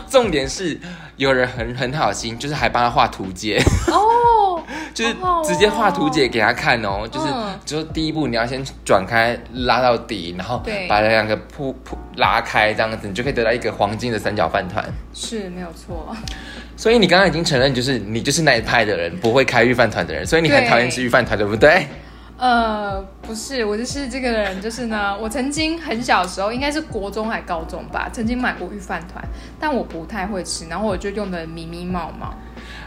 [SPEAKER 1] 重点是有人很很好心，就是还帮他画图解，
[SPEAKER 2] 哦，
[SPEAKER 1] 就是
[SPEAKER 2] 好好哦
[SPEAKER 1] 直接画图解给他看哦，就是
[SPEAKER 2] 嗯
[SPEAKER 1] 就是第一步你要先转开拉到底，然后
[SPEAKER 2] 对
[SPEAKER 1] 把两个铺铺拉开，这样子你就可以得到一个黄金的三角饭团。
[SPEAKER 2] 是没有错，
[SPEAKER 1] 所以你刚刚已经承认，就是你就是那一派的人，不会开预饭团的人，所以你很
[SPEAKER 2] 对 [laughs]
[SPEAKER 1] 讨厌吃预饭团，对不对？
[SPEAKER 2] 呃，不是，我就是这个人，就是呢，我曾经很小的时候，应该是国中还高中吧，曾经买过御饭团，但我不太会吃，然后我就用的迷迷冒冒。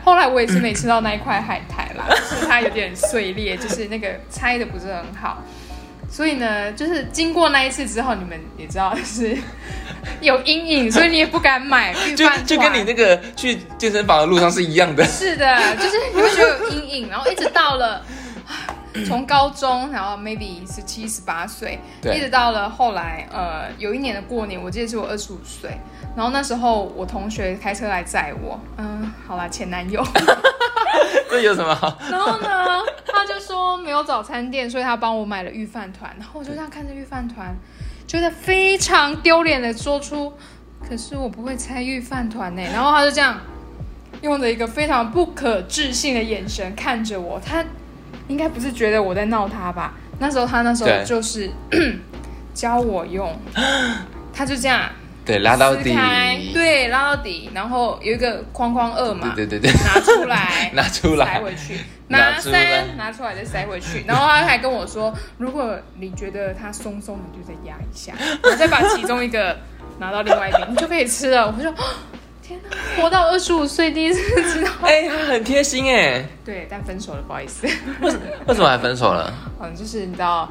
[SPEAKER 2] 后来我也是没吃到那一块海苔
[SPEAKER 1] [laughs]
[SPEAKER 2] 啦，就是它有点碎裂，就是那个拆的不是很好。所以呢，就是经过那一次之后，你们也知道是有阴影，所以你也不敢买御
[SPEAKER 1] 就
[SPEAKER 2] 饭团。
[SPEAKER 1] 就跟你那个去健身房的路上是一样的。
[SPEAKER 2] 是的，就是你会觉得有阴影，然后一直到了 [sighs] 从高中，然后 maybe 十七、十八岁，
[SPEAKER 1] 对
[SPEAKER 2] 一直到了后来，呃，有一年的过年，我记得是我二十五岁，然后那时候我同学开车来载我，嗯，好啦，前男友，
[SPEAKER 1] 这有什么好？
[SPEAKER 2] 然后呢，他就说没有早餐店，所以他帮我买了御饭团，然后我就这样看着御饭团，觉得非常丢脸的说出，可是我不会拆御饭团呢，然后他就这样用着一个非常不可置信的眼神看着我，他应该不是觉得我在闹他吧？那时候他那时
[SPEAKER 1] 对
[SPEAKER 2] 候就是 [coughs] 教我用，他就这样
[SPEAKER 1] 对，拉到底
[SPEAKER 2] 撕。开，对，拉到底，然后有一个框框二嘛，
[SPEAKER 1] 对对对对，，
[SPEAKER 2] 拿出
[SPEAKER 1] [laughs]
[SPEAKER 2] 来
[SPEAKER 1] 拿出来
[SPEAKER 2] 塞回去，
[SPEAKER 1] [laughs] 拿
[SPEAKER 2] 拿
[SPEAKER 1] 出来
[SPEAKER 2] 三拿出来再塞
[SPEAKER 1] [laughs]
[SPEAKER 2] 回去。然后他还跟我说，如果你觉得它松松的，你就再压一下，然后再把其中一个拿到另外一边，你就可以吃了。我就说， [gasps] 天哪，活到二十五岁第一次知道。
[SPEAKER 1] 哎、他很贴心哎，
[SPEAKER 2] 对，但分手了，不好意思。 [laughs]
[SPEAKER 1] 为什么还分手了？
[SPEAKER 2] 嗯，就是你知道，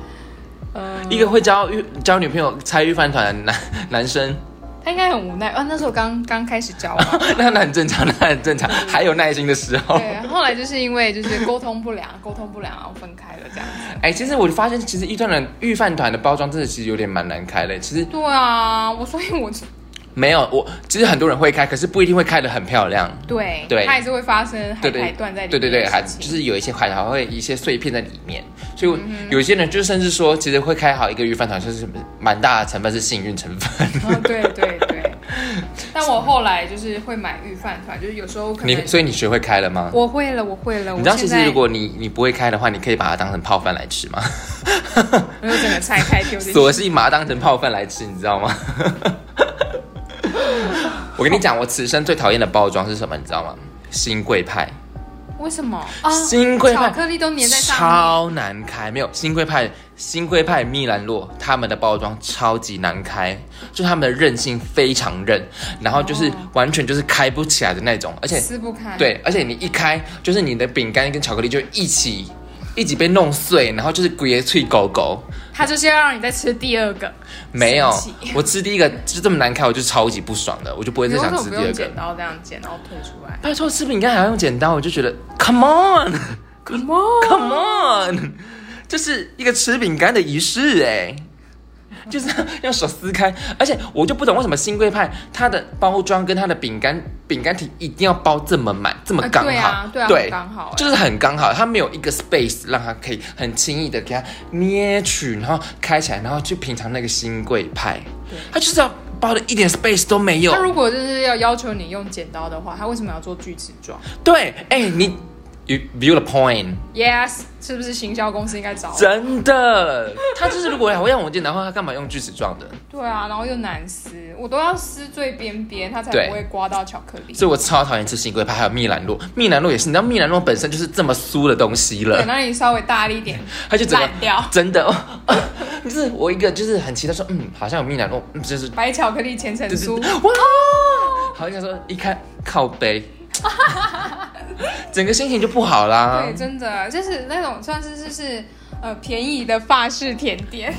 [SPEAKER 2] 嗯、
[SPEAKER 1] 一个会交遇交女朋友拆御饭团的男男生， [laughs]
[SPEAKER 2] 他应该很无奈啊。那时候刚刚开始交往，
[SPEAKER 1] 那那很正常，那很正常，还有耐心的时候。
[SPEAKER 2] 对，啊后来就是因为就是沟通不良，沟通不良，然后分开了这样子。
[SPEAKER 1] 哎、其实我发现，其实御饭团御饭团的包装真的其实有点蛮难开的。其实
[SPEAKER 2] 对啊，我所以我
[SPEAKER 1] 没有我，其实很多人会开，可是不一定会开的很漂亮。
[SPEAKER 2] 对，
[SPEAKER 1] 对
[SPEAKER 2] 它也是会发生海
[SPEAKER 1] 对对
[SPEAKER 2] 苔断在里
[SPEAKER 1] 对
[SPEAKER 2] 面嗯
[SPEAKER 1] 对对，还
[SPEAKER 2] 的事
[SPEAKER 1] 就
[SPEAKER 2] 情
[SPEAKER 1] 是有一些还还会一些碎片在里面，所以我有些人就甚至说，其实会开好一个御饭团，就是蛮大的成分是幸运成分。
[SPEAKER 2] 哦，对对对。
[SPEAKER 1] [laughs]
[SPEAKER 2] 但我后来就是会买预饭团，就是有时候可
[SPEAKER 1] 你
[SPEAKER 2] 能
[SPEAKER 1] 所以你学会开了吗？
[SPEAKER 2] 我会了，我会了。
[SPEAKER 1] 你知道，
[SPEAKER 2] 我
[SPEAKER 1] 其
[SPEAKER 2] 现
[SPEAKER 1] 实
[SPEAKER 2] 在
[SPEAKER 1] 如果你你不会开的话，你可以把它当成泡饭来吃吗？
[SPEAKER 2] 我就整个拆开
[SPEAKER 1] [laughs]
[SPEAKER 2] 丢进
[SPEAKER 1] 索
[SPEAKER 2] 去，
[SPEAKER 1] 性把它当成泡饭来吃，你知道吗？ [laughs] 我跟你讲，我此生最讨厌的包装是什么，你知道吗？新贵派，
[SPEAKER 2] 为什么啊？
[SPEAKER 1] 新贵
[SPEAKER 2] 巧
[SPEAKER 1] 派
[SPEAKER 2] 克力都粘在上面。
[SPEAKER 1] 超难开，没有新贵派，新贵派蜜兰洛他们的包装超级难开，就他们的韧性非常韧，然后就是
[SPEAKER 2] 哦
[SPEAKER 1] 完全就是开不起来的那种，而且
[SPEAKER 2] 撕不开，，
[SPEAKER 1] 对，而且你一开，就是你的饼干跟巧克力就一起一起被弄碎，然后就是鬼脆狗狗。
[SPEAKER 2] 它就是要让你再吃第二个。
[SPEAKER 1] 没有
[SPEAKER 2] 生气，
[SPEAKER 1] 我吃第一个就这么难开，我就超级不爽的，我就不会
[SPEAKER 2] 你
[SPEAKER 1] 再
[SPEAKER 2] 为什
[SPEAKER 1] 想
[SPEAKER 2] 么
[SPEAKER 1] 吃
[SPEAKER 2] 不
[SPEAKER 1] 第二
[SPEAKER 2] 用
[SPEAKER 1] 个
[SPEAKER 2] 剪。刀这样剪，然后推出来
[SPEAKER 1] 拜托，吃饼干还要用剪刀，我就觉得 come on，come
[SPEAKER 2] [laughs] ？Come on，
[SPEAKER 1] on，这是一个吃饼干的仪式哎，就是要用手撕开，而且我就不懂为什么新贵派它的包装跟它的饼干饼干体一定要包这么满，这么
[SPEAKER 2] 啊
[SPEAKER 1] 刚好，
[SPEAKER 2] 对啊，对啊，很刚好哎，
[SPEAKER 1] 就是很刚好，它没有一个 space 让它可以很轻易的给它捏取，然后开起来，然后去品尝那个新贵派
[SPEAKER 2] 对，
[SPEAKER 1] 它就是要包的一点 space 都没有
[SPEAKER 2] 他。如果就是要要求你用剪刀的话，他为什么要做锯齿状
[SPEAKER 1] 对，哎、你 you view the point，
[SPEAKER 2] ？Yes，是不是行销公司应该找我？
[SPEAKER 1] 真的，它就是如果还会让我见，然后它干嘛用锯齿状的？
[SPEAKER 2] 对啊，然后又难撕，我都要撕最边边，它才
[SPEAKER 1] 对
[SPEAKER 2] 不会刮到巧克力。
[SPEAKER 1] 所以我超讨厌吃新贵派，还有蜜兰露，蜜兰露也是，你知道蜜兰露本身就是这么酥的东西了
[SPEAKER 2] 对，。那你稍微大力一
[SPEAKER 1] [laughs]
[SPEAKER 2] 点，
[SPEAKER 1] 它就整个
[SPEAKER 2] 烂掉
[SPEAKER 1] 真的，哦就是我一个就是很期待说，嗯，好像有蜜兰露，嗯，就是
[SPEAKER 2] 白巧克力千层
[SPEAKER 1] 就是
[SPEAKER 2] 酥，
[SPEAKER 1] 哇，好像说一看靠
[SPEAKER 2] [laughs]
[SPEAKER 1] 背，整个心情就不好啦
[SPEAKER 2] 对，。真的就是那种算是就是呃便宜的法式甜
[SPEAKER 1] [laughs]
[SPEAKER 2] 点，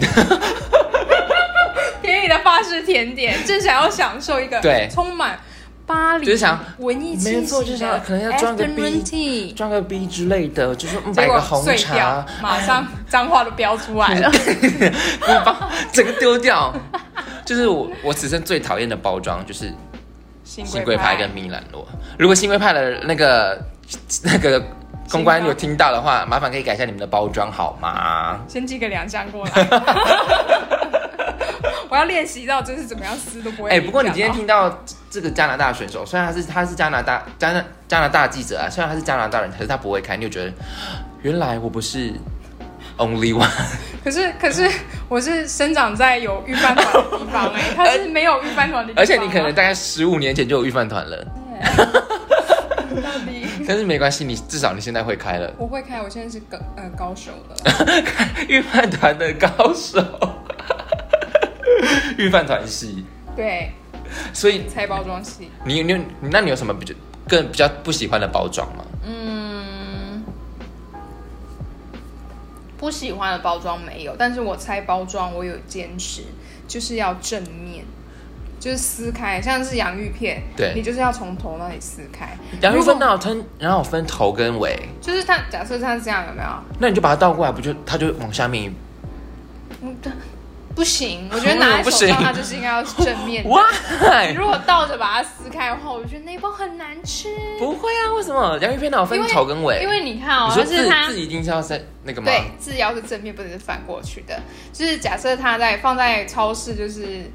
[SPEAKER 2] 便宜的法式甜点，正想要享受一个
[SPEAKER 1] 对
[SPEAKER 2] 充满巴黎
[SPEAKER 1] 就是想
[SPEAKER 2] 文艺气息的
[SPEAKER 1] 没错就是想可能要装个逼
[SPEAKER 2] afternoon tea，
[SPEAKER 1] 装个逼之类的，就是嗯
[SPEAKER 2] 结
[SPEAKER 1] 买
[SPEAKER 2] 果
[SPEAKER 1] 个红
[SPEAKER 2] 碎掉
[SPEAKER 1] 茶，，
[SPEAKER 2] 马上脏话都飙出来
[SPEAKER 1] [laughs]
[SPEAKER 2] 了。
[SPEAKER 1] 不把整个丢掉。就是我我此生最讨厌的包装就是
[SPEAKER 2] 新
[SPEAKER 1] 新贵派跟米兰罗。如果新贵派的那个那个公关有听到的话，麻烦可以改一下你们的包装好吗？
[SPEAKER 2] 先寄个两箱过来。
[SPEAKER 1] [laughs]
[SPEAKER 2] 我要练习到就是怎么样撕都不会。
[SPEAKER 1] 哎、不过你今天，听到这个加拿大选手，虽然他是他是加拿大加拿加拿大记者啊，虽然他是加拿大人，可是他不会开，你就觉得原来我不是 only one，
[SPEAKER 2] 可是可是我是生长在有预饭团的地
[SPEAKER 1] [laughs]
[SPEAKER 2] 方哎、它是没有预饭团的地方啊。
[SPEAKER 1] 而且你可能大概十五年前就有预饭团了，
[SPEAKER 2] 到底
[SPEAKER 1] 但是没关系，你至少你现在会开了，
[SPEAKER 2] 我会开，我现在是高呃高手了啦。
[SPEAKER 1] 预饭团的高手，预饭团系。
[SPEAKER 2] 对，
[SPEAKER 1] 所以
[SPEAKER 2] 拆包装系。
[SPEAKER 1] 你你你那你有什么比较更比较不喜欢的包装吗？
[SPEAKER 2] 嗯，不喜欢的包装没有，但是我拆包装我有坚持，就是要正面，就是撕开，像是洋芋片，
[SPEAKER 1] 对
[SPEAKER 2] 你就是要从头那里撕开。
[SPEAKER 1] 洋芋
[SPEAKER 2] 如果
[SPEAKER 1] 分哪有分，然后分头跟尾，
[SPEAKER 2] 就是它，假设它是这样，有没有？
[SPEAKER 1] 那你就把它倒过来，不就它就往下面一
[SPEAKER 2] 嗯，不行，我觉得拿在
[SPEAKER 1] [laughs] 不
[SPEAKER 2] 手
[SPEAKER 1] 行
[SPEAKER 2] 上它就是应该要正面
[SPEAKER 1] [laughs]
[SPEAKER 2] 的。
[SPEAKER 1] ？Why？
[SPEAKER 2] 如果倒着把它撕开的话，我觉得那一包很难吃。
[SPEAKER 1] 不会啊，为什么洋芋片哪有分
[SPEAKER 2] 因为
[SPEAKER 1] 头跟尾？
[SPEAKER 2] 因为你看哦，
[SPEAKER 1] 你说
[SPEAKER 2] 就
[SPEAKER 1] 自
[SPEAKER 2] 是它
[SPEAKER 1] 自己一定是要在那个吗？
[SPEAKER 2] 对字要是正面，不能是反过去的。就是假设它在放在超市，就是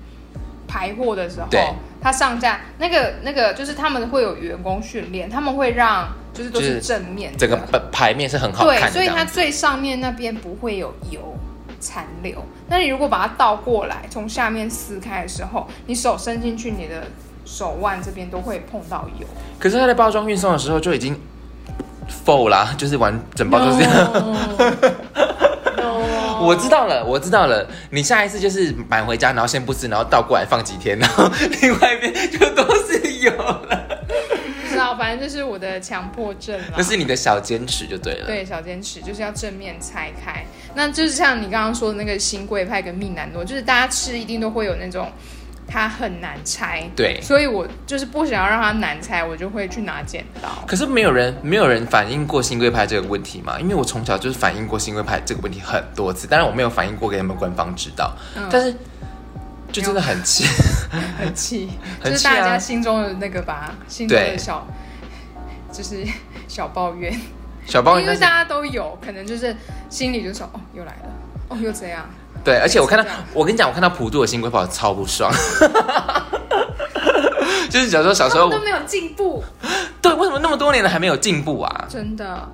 [SPEAKER 2] 排货的时候
[SPEAKER 1] 对，
[SPEAKER 2] 它上架那个那个，就是他们会有员工训练，他们会让就是都
[SPEAKER 1] 就是是
[SPEAKER 2] 正面的
[SPEAKER 1] 整个牌牌面是很好
[SPEAKER 2] 对，
[SPEAKER 1] 看的
[SPEAKER 2] 所
[SPEAKER 1] 这
[SPEAKER 2] 以
[SPEAKER 1] 样
[SPEAKER 2] 它
[SPEAKER 1] 子，
[SPEAKER 2] 最上面那边不会有油残留。那你如果把它倒过来，从下面撕开的时候，你手伸进去，你的手腕这边都会碰到油。
[SPEAKER 1] 可是它在包装运送的时候就已经 full 啦，哦就是完整包都是这样。
[SPEAKER 3] No
[SPEAKER 1] [laughs] 我知道了，我知道了。你下一次就是买回家，然后先不吃，然后倒过来放几天，然后另外一边就都是有了。
[SPEAKER 2] 不知道，反正就是我的强迫症啦
[SPEAKER 1] [laughs] 那。是你的小坚持就对了。，
[SPEAKER 2] 对，小坚持就是要正面拆开。那就是像你刚刚说的那个新贵派跟命难诺，就是大家吃一定都会有那种它很难拆。
[SPEAKER 1] 对
[SPEAKER 2] 所以我就是不想要让它难拆，我就会去拿剪刀。
[SPEAKER 1] 可是没有人没有人反映过新贵派这个问题嘛？因为我从小就是反映过新贵派这个问题很多次，当然我没有反映过给他们官方知道，但是就真的很 [laughs] 气。
[SPEAKER 2] 很气，
[SPEAKER 1] 很
[SPEAKER 2] 就是
[SPEAKER 1] 气啊
[SPEAKER 2] 大家心中的那个吧，心中的
[SPEAKER 1] 对
[SPEAKER 2] 小，就是小抱怨，
[SPEAKER 1] 小包应
[SPEAKER 2] 因
[SPEAKER 1] 该
[SPEAKER 2] 为
[SPEAKER 1] 是
[SPEAKER 2] 大家都有，可能就是心里就说哦，又来了，哦，又这样，
[SPEAKER 1] 对，而且我看到
[SPEAKER 2] 是这样，
[SPEAKER 1] 我跟你讲，我看到普渡的新龟跑超不 [laughs] 爽，就是小时候小时
[SPEAKER 2] 他
[SPEAKER 1] 候
[SPEAKER 2] 们都，没有进步，
[SPEAKER 1] 对，为什么那么多年了还没有进步啊？
[SPEAKER 2] 真的。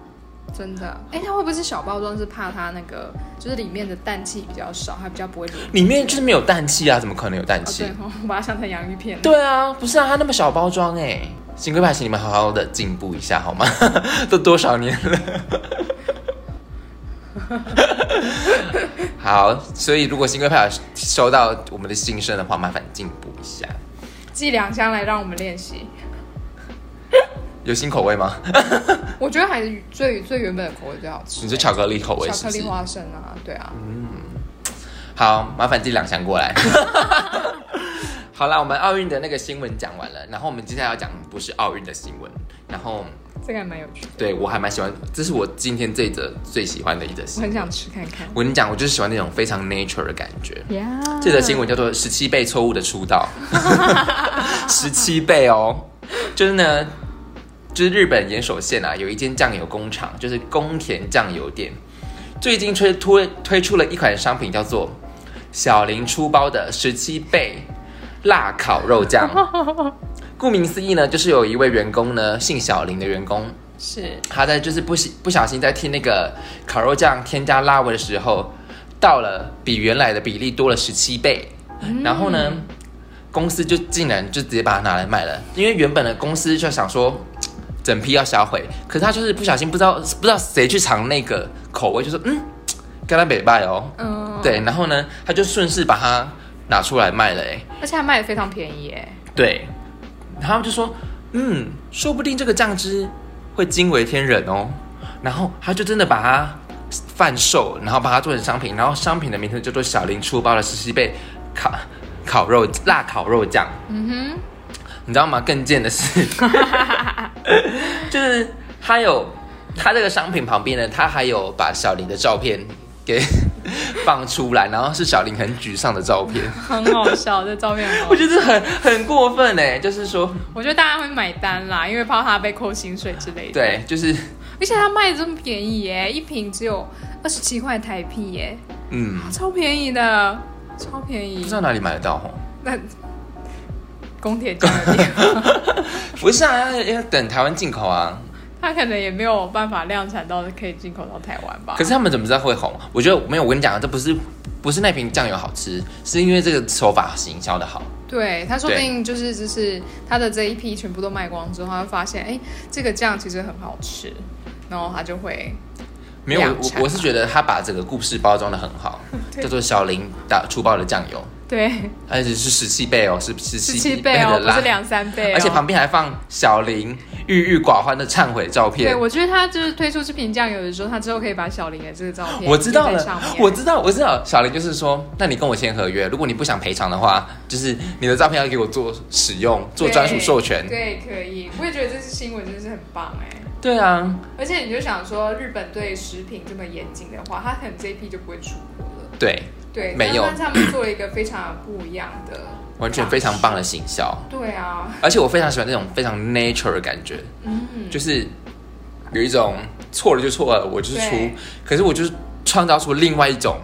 [SPEAKER 2] 真的，哎、它会不会是小包装？是怕它那个，就是里面的氮气比较少，它比较不会流。
[SPEAKER 1] 里面就是没有氮气啊，怎么可能有氮
[SPEAKER 2] 哦，
[SPEAKER 1] 气？
[SPEAKER 2] 对哦，我把它想成洋芋片了。
[SPEAKER 1] 对啊，不是啊，它那么小包装哎、新龟派，请你们好好的进步一下好吗？ [laughs] 都多少年了？ [laughs] 好，所以如果新龟派有收到我们的心声的话，麻烦进步一下。
[SPEAKER 2] 寄两箱来让我们练习。
[SPEAKER 1] 有新口味吗？
[SPEAKER 2] 我觉得还是最最原本的口味最好吃。欸
[SPEAKER 1] 你是巧克力口味
[SPEAKER 2] 巧
[SPEAKER 1] 是
[SPEAKER 2] 克
[SPEAKER 1] 不是嗯
[SPEAKER 2] 力？花生啊，对啊。
[SPEAKER 1] 好，麻烦寄两箱过来。 [laughs] 好啦，我们奥运的那个新闻讲完了，然后我们接下来要讲不是奥运的新闻，然后
[SPEAKER 2] 这个还蛮有趣的，
[SPEAKER 1] 对我还蛮喜欢，这是我今天这一则最喜欢的一则
[SPEAKER 2] 我
[SPEAKER 1] 新闻。
[SPEAKER 2] 很想吃看看。
[SPEAKER 1] 我跟你讲，我就是喜欢那种非常 nature 的感觉。
[SPEAKER 2] 呀，
[SPEAKER 1] 这则新闻叫做“十七倍错误的出道”，十七倍哦，就是呢，就是日本岩手县啊，有一间酱油工厂，就是宫田酱油店，最近推推推出了一款商品，叫做小林出包的十七倍辣烤肉酱。顾名思义呢，就是有一位员工呢，姓小林的员工，
[SPEAKER 2] 是
[SPEAKER 1] 他在就是不小不小心在替那个烤肉酱添加辣味的时候，到了比原来的比例多了十七倍，然后呢，公司就竟然就直接把它拿来卖了，因为原本的公司就想说。嘖整批要销毁，可是他就是不小心不知道不知道谁去尝那个口味，就说嗯，跟他北拜哦，
[SPEAKER 2] 嗯，
[SPEAKER 1] 对，然后呢，他就顺势把它拿出来卖了、哎，
[SPEAKER 2] 而且还卖的非常便宜欸
[SPEAKER 1] [laughs]
[SPEAKER 2] 耶，
[SPEAKER 1] 对，然后就说，嗯，说不定这个酱汁会惊为天人哦。然后他就真的把它贩售，然后把它做成商品，然后商品的名字叫做小林出包的十七倍烤烤肉辣烤肉酱。
[SPEAKER 2] 嗯
[SPEAKER 1] 你知道吗？更贱的是， [laughs] 就是他有他这个商品旁边呢，他还有把小林的照片给放出来，然后是小林很沮丧的照片。
[SPEAKER 2] 哼，很好笑，这照片很好
[SPEAKER 1] 我
[SPEAKER 2] 笑。
[SPEAKER 1] 觉得很很过分哎，就是说，
[SPEAKER 2] 我觉得大家会买单啦，因为怕他被扣薪水之类的。，
[SPEAKER 1] 对，就是
[SPEAKER 2] 而且他卖的这么便宜耶，一瓶只有二十七块台币耶，
[SPEAKER 1] 嗯。
[SPEAKER 2] 超便宜的，超便宜
[SPEAKER 1] 不知。啊道哪里买得到吼。哦
[SPEAKER 2] 那宫铁酱 [laughs] 的店，
[SPEAKER 1] 不是啊，要要等台湾进口啊。
[SPEAKER 2] 他可能也没有办法量产到可以进口到台湾吧
[SPEAKER 1] 可？是他们怎么知道会红？我觉得没有，我跟你讲，这不是不是那瓶酱油好吃，是因为这个手法行销的好。
[SPEAKER 2] 对他说不定就是就是他的这一批全部都卖光之后，他会发现哎、这个酱其实很好吃，然后他就会
[SPEAKER 1] 没有，
[SPEAKER 2] 量
[SPEAKER 1] 我
[SPEAKER 2] 产
[SPEAKER 1] 我是觉得他把整个故事包装的很好，
[SPEAKER 2] 对
[SPEAKER 1] 叫做小林打出包的酱油，
[SPEAKER 2] 对
[SPEAKER 1] 而且是十七倍哦，是十
[SPEAKER 2] 十
[SPEAKER 1] 七
[SPEAKER 2] 七倍
[SPEAKER 1] 的
[SPEAKER 2] 哦，不
[SPEAKER 1] 辣
[SPEAKER 2] 是，两三倍、哦，
[SPEAKER 1] 而且旁边还放小林郁郁寡欢的忏悔照
[SPEAKER 2] 对，
[SPEAKER 1] 片。
[SPEAKER 2] 我觉得他就是推出这瓶酱油的时候，他之后可以把小林的这个照片
[SPEAKER 1] 我知道
[SPEAKER 2] 印在上
[SPEAKER 1] 了
[SPEAKER 2] 面，
[SPEAKER 1] 我知道，我知道。小林就是说，那你跟我签合约，如果你不想赔偿的话，就是你的照片要给我做使用，做专属授权。
[SPEAKER 2] 对，可以。我也觉得这次新闻真的是很棒哎、
[SPEAKER 1] 对啊，
[SPEAKER 2] 而且你就想说，日本对食品这么严谨的话，他可能这一批就不会出国了。
[SPEAKER 1] 对，
[SPEAKER 2] 对，
[SPEAKER 1] 没有
[SPEAKER 2] 但是他们做了一个非常不一样的，
[SPEAKER 1] 完全非常棒的行销，
[SPEAKER 2] 对啊，
[SPEAKER 1] 而且我非常喜欢那种非常 nature 的感觉，
[SPEAKER 2] 嗯，
[SPEAKER 1] 就是有一种错了就错了，我就是出
[SPEAKER 2] 对，
[SPEAKER 1] 可是我就是创造出另外一种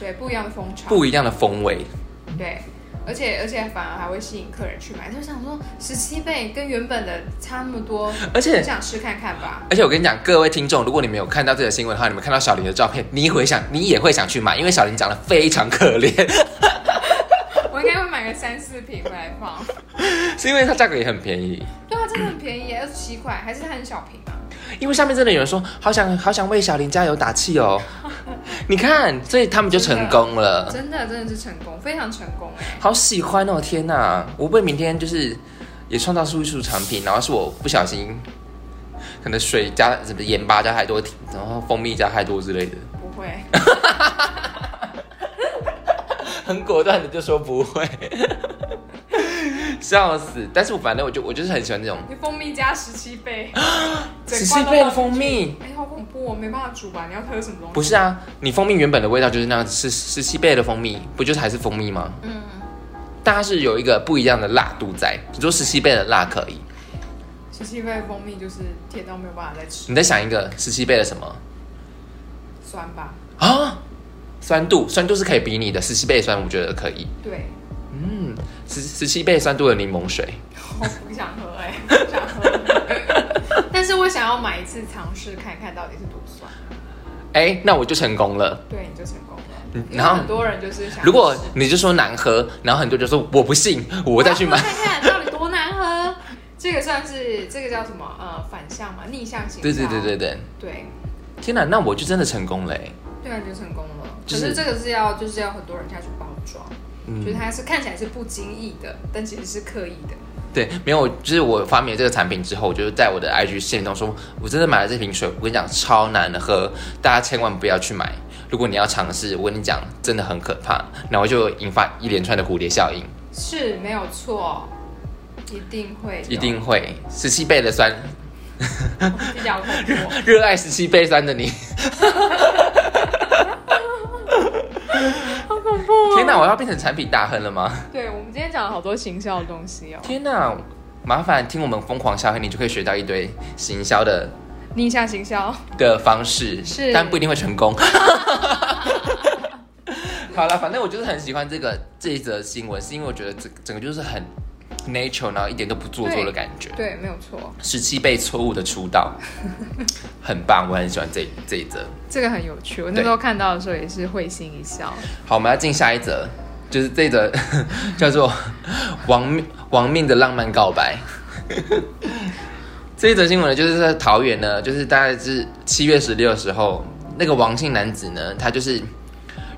[SPEAKER 2] 对，不一样的风潮，
[SPEAKER 1] 不一样的风味。
[SPEAKER 2] 对，而且而且反而还会吸引客人去买。就想说，十七倍跟原本的差那么多，
[SPEAKER 1] 而且
[SPEAKER 2] 我想试看看吧。
[SPEAKER 1] 而且我跟你讲，各位听众，如果你们有看到这个新闻的话，你们看到小林的照片，你回想，你也会想去买，因为小林长得非常可怜，
[SPEAKER 2] 我应该会买个三四瓶回来放。
[SPEAKER 1] 是因为它价格也很便宜。
[SPEAKER 2] 对啊，真的很便宜，二十七块，还是它很小瓶啊？
[SPEAKER 1] 因为下面真的有人说，好想好想为小林加油打气
[SPEAKER 2] [laughs]
[SPEAKER 1] 哦。你看，所以他们就成功了，
[SPEAKER 2] 真的，真的是成功，非常成功哎、
[SPEAKER 1] 好喜欢哦！天哪，我会明天就是也创造出一束产品，然后是我不小心，可能水加什么盐巴加太多，然后蜂蜜加太多之类的，
[SPEAKER 2] 不会， [laughs]
[SPEAKER 1] 很果断的就说不会， [laughs] 笑死！但是我反正我就我就是很喜欢这种。
[SPEAKER 2] 你蜂蜜加十七
[SPEAKER 1] [gasps]
[SPEAKER 2] 倍，嘴
[SPEAKER 1] 十七
[SPEAKER 2] 巴都
[SPEAKER 1] 倍的
[SPEAKER 2] 放进
[SPEAKER 1] 蜂
[SPEAKER 2] 去
[SPEAKER 1] 蜜，
[SPEAKER 2] 哎、好恐怖哦，我没办法煮吧？你要喝什么东西？
[SPEAKER 1] 不是啊，你蜂蜜原本的味道就是那样，十十七倍的蜂蜜，不就是还是蜂蜜吗？
[SPEAKER 2] 嗯，
[SPEAKER 1] 但它是有一个不一样的辣度在。你说十七倍的辣可以，
[SPEAKER 2] 十七倍蜂蜜就是甜到没有办法再吃，
[SPEAKER 1] 你再想一个十七倍的什么
[SPEAKER 2] 酸吧？
[SPEAKER 1] 啊？酸度，酸度是可以比拟的，十七倍酸我觉得可以。
[SPEAKER 2] 对， [laughs]
[SPEAKER 1] 嗯，十十七倍酸度的柠檬水，
[SPEAKER 2] 我不想喝
[SPEAKER 1] [laughs]
[SPEAKER 2] 哎、不想喝。但是我想要买一次尝试看看到底是多酸。
[SPEAKER 1] 哎、那我就成功了。
[SPEAKER 2] 对，你就成功了。
[SPEAKER 1] 嗯
[SPEAKER 2] 因为
[SPEAKER 1] 然后
[SPEAKER 2] 很多人就是想要试，
[SPEAKER 1] 如果你就说难喝，然后很多人就说我不信，我再去
[SPEAKER 2] 要喝
[SPEAKER 1] 买。
[SPEAKER 2] 看看到底多难喝。这个算是这个叫什么？呃，反向嘛，逆向型。啊
[SPEAKER 1] 对对对对对，
[SPEAKER 2] 对，
[SPEAKER 1] 天哪，那我就真的成功了、哎
[SPEAKER 2] 对啊，就成功了。
[SPEAKER 1] 就
[SPEAKER 2] 可
[SPEAKER 1] 是
[SPEAKER 2] 是这个是要就是要很多人下去包装，就是
[SPEAKER 1] 嗯，
[SPEAKER 2] 它是看起来是不经意的，但其实是刻意的。
[SPEAKER 1] 对，没有，就是我发明了这个产品之后，我就在我的 IG 线中说，我真的买了这瓶水，我跟你讲超难喝，大家千万不要去买。如果你要尝试，我跟你讲真的很可怕，然后就引发一连串的蝴蝶效应，
[SPEAKER 2] 是没有错，一定会有
[SPEAKER 1] 一定会十七倍的酸，
[SPEAKER 2] 比较恐
[SPEAKER 1] [laughs]
[SPEAKER 2] 怖。
[SPEAKER 1] 热爱十七倍酸的你，
[SPEAKER 2] 好恐怖、哦
[SPEAKER 1] 天哪，我要变成产品大亨了吗？
[SPEAKER 2] 对我们今天讲了好多行销的东西哦，
[SPEAKER 1] 天哪，麻烦听我们疯狂消费，你就可以学到一堆行销的
[SPEAKER 2] 逆向行销。
[SPEAKER 1] 的方式，
[SPEAKER 2] 是
[SPEAKER 1] 但不一定会成功。 [laughs] 好了，反正我就是很喜欢这个这一则新闻，是因为我觉得整整个就是很 natural，然后一点都不做作的感觉。
[SPEAKER 2] 对，没有错，
[SPEAKER 1] 十七倍错误的出道，很棒，我很喜欢这这一则。
[SPEAKER 2] 这个很有趣。我那
[SPEAKER 1] 对
[SPEAKER 2] 时候看到的时候也是会心一笑。 [laughs]
[SPEAKER 1] 好，我们要进下一则，就是这一则 [laughs] 叫做亡命亡命的浪漫告白。 [laughs] 这一则新闻呢，就是在桃园呢，就是大概是七月十六的时候，那个王姓男子呢，他就是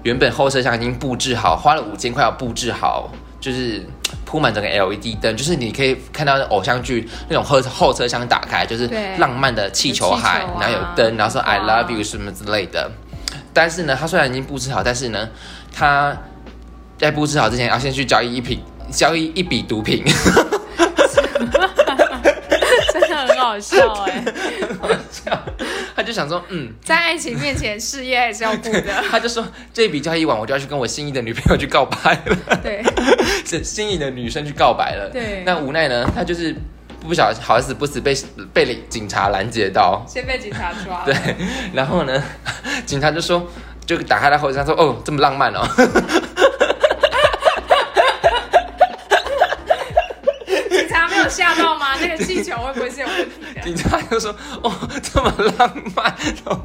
[SPEAKER 1] 原本后车厢已经布置好，花了五千块要布置好，就是铺满整个 LED 灯，就是你可以看到偶像剧那种后后车厢打开，就是
[SPEAKER 2] 对
[SPEAKER 1] 浪漫的气球海，
[SPEAKER 2] 有气球啊
[SPEAKER 1] 然后有灯，然后说 I
[SPEAKER 2] 哇
[SPEAKER 1] love you 什么之类的。但是呢，他虽然已经布置好，但是呢，他在布置好之前要先去交易一瓶，交易一笔毒品。 [laughs]
[SPEAKER 2] 真的很好笑哎、
[SPEAKER 1] 他就想说，嗯，
[SPEAKER 2] 在爱情面前，事业还是要顾
[SPEAKER 1] [laughs]
[SPEAKER 2] 的。
[SPEAKER 1] 他就说这笔交易完，我就要去跟我心仪的女朋友去告白了， [laughs]
[SPEAKER 2] 对
[SPEAKER 1] 是心仪的女生去告白了。
[SPEAKER 2] 对，
[SPEAKER 1] 那无奈呢，他就是不小心好死不死被被警察拦截到，
[SPEAKER 2] 先被警察抓了。
[SPEAKER 1] 对，然后呢， [laughs] 警察就说，就打开他后车厢说，哦，这么浪漫哦。 [laughs]
[SPEAKER 2] 警察没有吓到吗？那个气球会不会是有问题的？
[SPEAKER 1] 警察就说，哦，这么浪漫哦。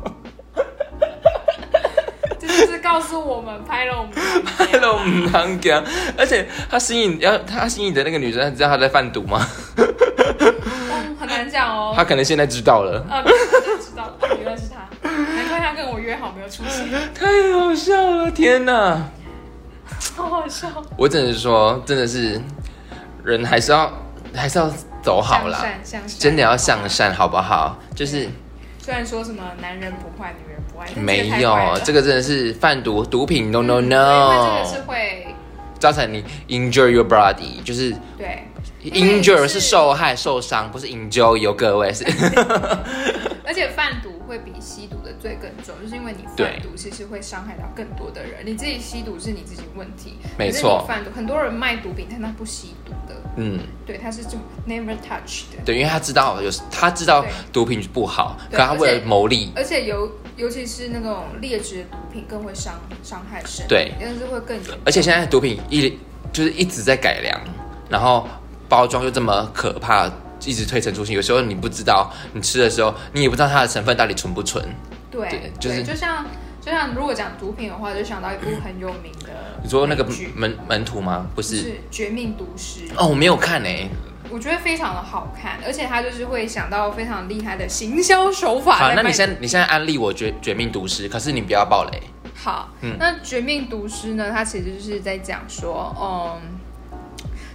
[SPEAKER 2] 这就是告告诉我们拍了我们，
[SPEAKER 1] 拍了我们堂讲，而且他心仪要他心仪的那个女生，她知道他在贩毒吗？
[SPEAKER 2] 嗯，很难讲哦。
[SPEAKER 1] 他可能现在知道了，
[SPEAKER 2] 啊，不是我就知道，哦原来是他，难怪他跟我约好没有出
[SPEAKER 1] [laughs]
[SPEAKER 2] 现，
[SPEAKER 1] 太好笑了！天哪，
[SPEAKER 2] 好好笑。
[SPEAKER 1] 我只能说，真的是人还是要还是要走好
[SPEAKER 2] 向
[SPEAKER 1] 啦，
[SPEAKER 2] 善向善，
[SPEAKER 1] 真的要向善，好不好？就是
[SPEAKER 2] 虽然说什么男人不坏，女人不爱，但这个
[SPEAKER 1] 没
[SPEAKER 2] 太
[SPEAKER 1] 有
[SPEAKER 2] 坏了
[SPEAKER 1] 这个真的是贩毒毒品，no no
[SPEAKER 2] 嗯
[SPEAKER 1] no，
[SPEAKER 2] 所以他这个是会
[SPEAKER 1] 造成你 injure your body，就是
[SPEAKER 2] 对，因为
[SPEAKER 1] injure 是
[SPEAKER 2] 是
[SPEAKER 1] 受害受伤，不是 enjoy 有各位是。
[SPEAKER 2] 而且贩毒会比吸毒的罪更重，就是因为你贩毒其实会伤害到更多的人，你自己吸毒是你自己问题，
[SPEAKER 1] 没错
[SPEAKER 2] 可是你贩毒很多人卖毒品，但他不吸毒的，
[SPEAKER 1] 嗯，
[SPEAKER 2] 对，他是就 never touch 的。
[SPEAKER 1] 对，因为他知道有他知道
[SPEAKER 2] 对
[SPEAKER 1] 毒品不好，可
[SPEAKER 2] 对
[SPEAKER 1] 他为了牟利，
[SPEAKER 2] 而且尤尤其是那种劣质的毒品更会伤伤害身体，
[SPEAKER 1] 对，
[SPEAKER 2] 但是会更严重。
[SPEAKER 1] 而且现在毒品一就是一直在改良，然后包装又这么可怕，一直推陈出新。有时候你不知道，你吃的时候你也不知道它的成分到底纯不纯。
[SPEAKER 2] 对
[SPEAKER 1] 对就是
[SPEAKER 2] 对就像就像如果讲毒品的话，就想到一部很有名的
[SPEAKER 1] 你说那个嗯
[SPEAKER 2] 美剧
[SPEAKER 1] 门门徒吗？不。
[SPEAKER 2] 就是是《绝命毒师》，
[SPEAKER 1] 哦，我没有看哎、
[SPEAKER 2] 我觉得非常的好看，而且他就是会想到非常厉害的行销手法
[SPEAKER 1] 好，
[SPEAKER 2] 来卖。
[SPEAKER 1] 那你现在你现在安利我绝绝命毒师，可是你不要暴雷。
[SPEAKER 2] 好，
[SPEAKER 1] 嗯
[SPEAKER 2] 那《绝命毒师》呢？它其实就是在讲说，嗯，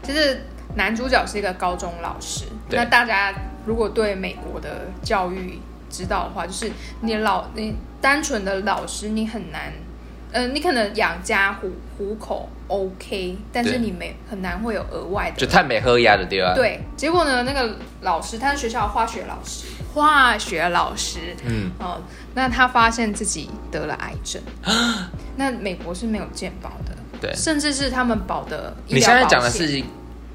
[SPEAKER 2] 就是男主角是一个高中老师。
[SPEAKER 1] 对
[SPEAKER 2] 那大家如果对美国的教育知道的话，就是你老你单纯的老师，你很难，呃，你可能养家糊糊口 OK，但是
[SPEAKER 1] 对
[SPEAKER 2] 你没很难会有额外的
[SPEAKER 1] 就太没喝牙的对吧？，
[SPEAKER 2] 对，结果呢，那个老师他是学校的化学老师，化学老师，
[SPEAKER 1] 嗯，
[SPEAKER 2] 哦，那他发现自己得了癌症， [gasps] 那美国是没有健保的，
[SPEAKER 1] 对
[SPEAKER 2] 甚至是他们保的医疗
[SPEAKER 1] 你现在
[SPEAKER 2] 保
[SPEAKER 1] 讲的
[SPEAKER 2] 险
[SPEAKER 1] 是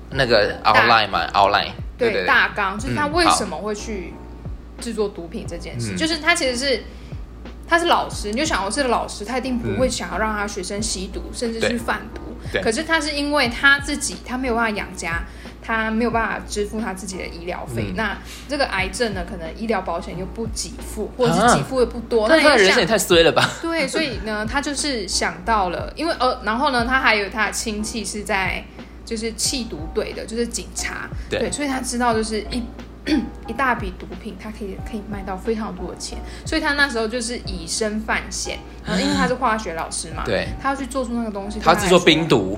[SPEAKER 1] 那个 outline 嘛，outline，
[SPEAKER 2] 对
[SPEAKER 1] 对对，
[SPEAKER 2] 大纲，就是他
[SPEAKER 1] 嗯
[SPEAKER 2] 为
[SPEAKER 1] 好
[SPEAKER 2] 什么会去制作毒品这件事，
[SPEAKER 1] 嗯
[SPEAKER 2] 就是他其实是。他是老师，你就想我是老师，他一定不会想要让他学生吸毒，甚至
[SPEAKER 1] 对
[SPEAKER 2] 是贩毒。
[SPEAKER 1] 对
[SPEAKER 2] 可是他是因为他自己，他没有办法养家，他没有办法支付他自己的医疗费。
[SPEAKER 1] 嗯
[SPEAKER 2] 那这个癌症呢，可能医疗保险又不给付，或者
[SPEAKER 1] 啊
[SPEAKER 2] 是给付的不多。
[SPEAKER 1] 那他的
[SPEAKER 2] 也
[SPEAKER 1] 人
[SPEAKER 2] 想
[SPEAKER 1] 生也太衰了吧？
[SPEAKER 2] 对，所以呢，他就是想到了，因为呃，然后呢，他还有他的亲戚是在就是缉毒队的，就是警察，
[SPEAKER 1] 对
[SPEAKER 2] 所以他知道就是一 [clears throat] 一大笔毒品，他可以可以卖到非常多的钱，所以他那时候就是以身犯险，然后因为他是化学老师嘛，
[SPEAKER 1] 对，
[SPEAKER 2] 他要去做出那个东西，
[SPEAKER 1] 他
[SPEAKER 2] 对
[SPEAKER 1] 制
[SPEAKER 2] 来
[SPEAKER 1] 作
[SPEAKER 2] 说
[SPEAKER 1] 冰，毒，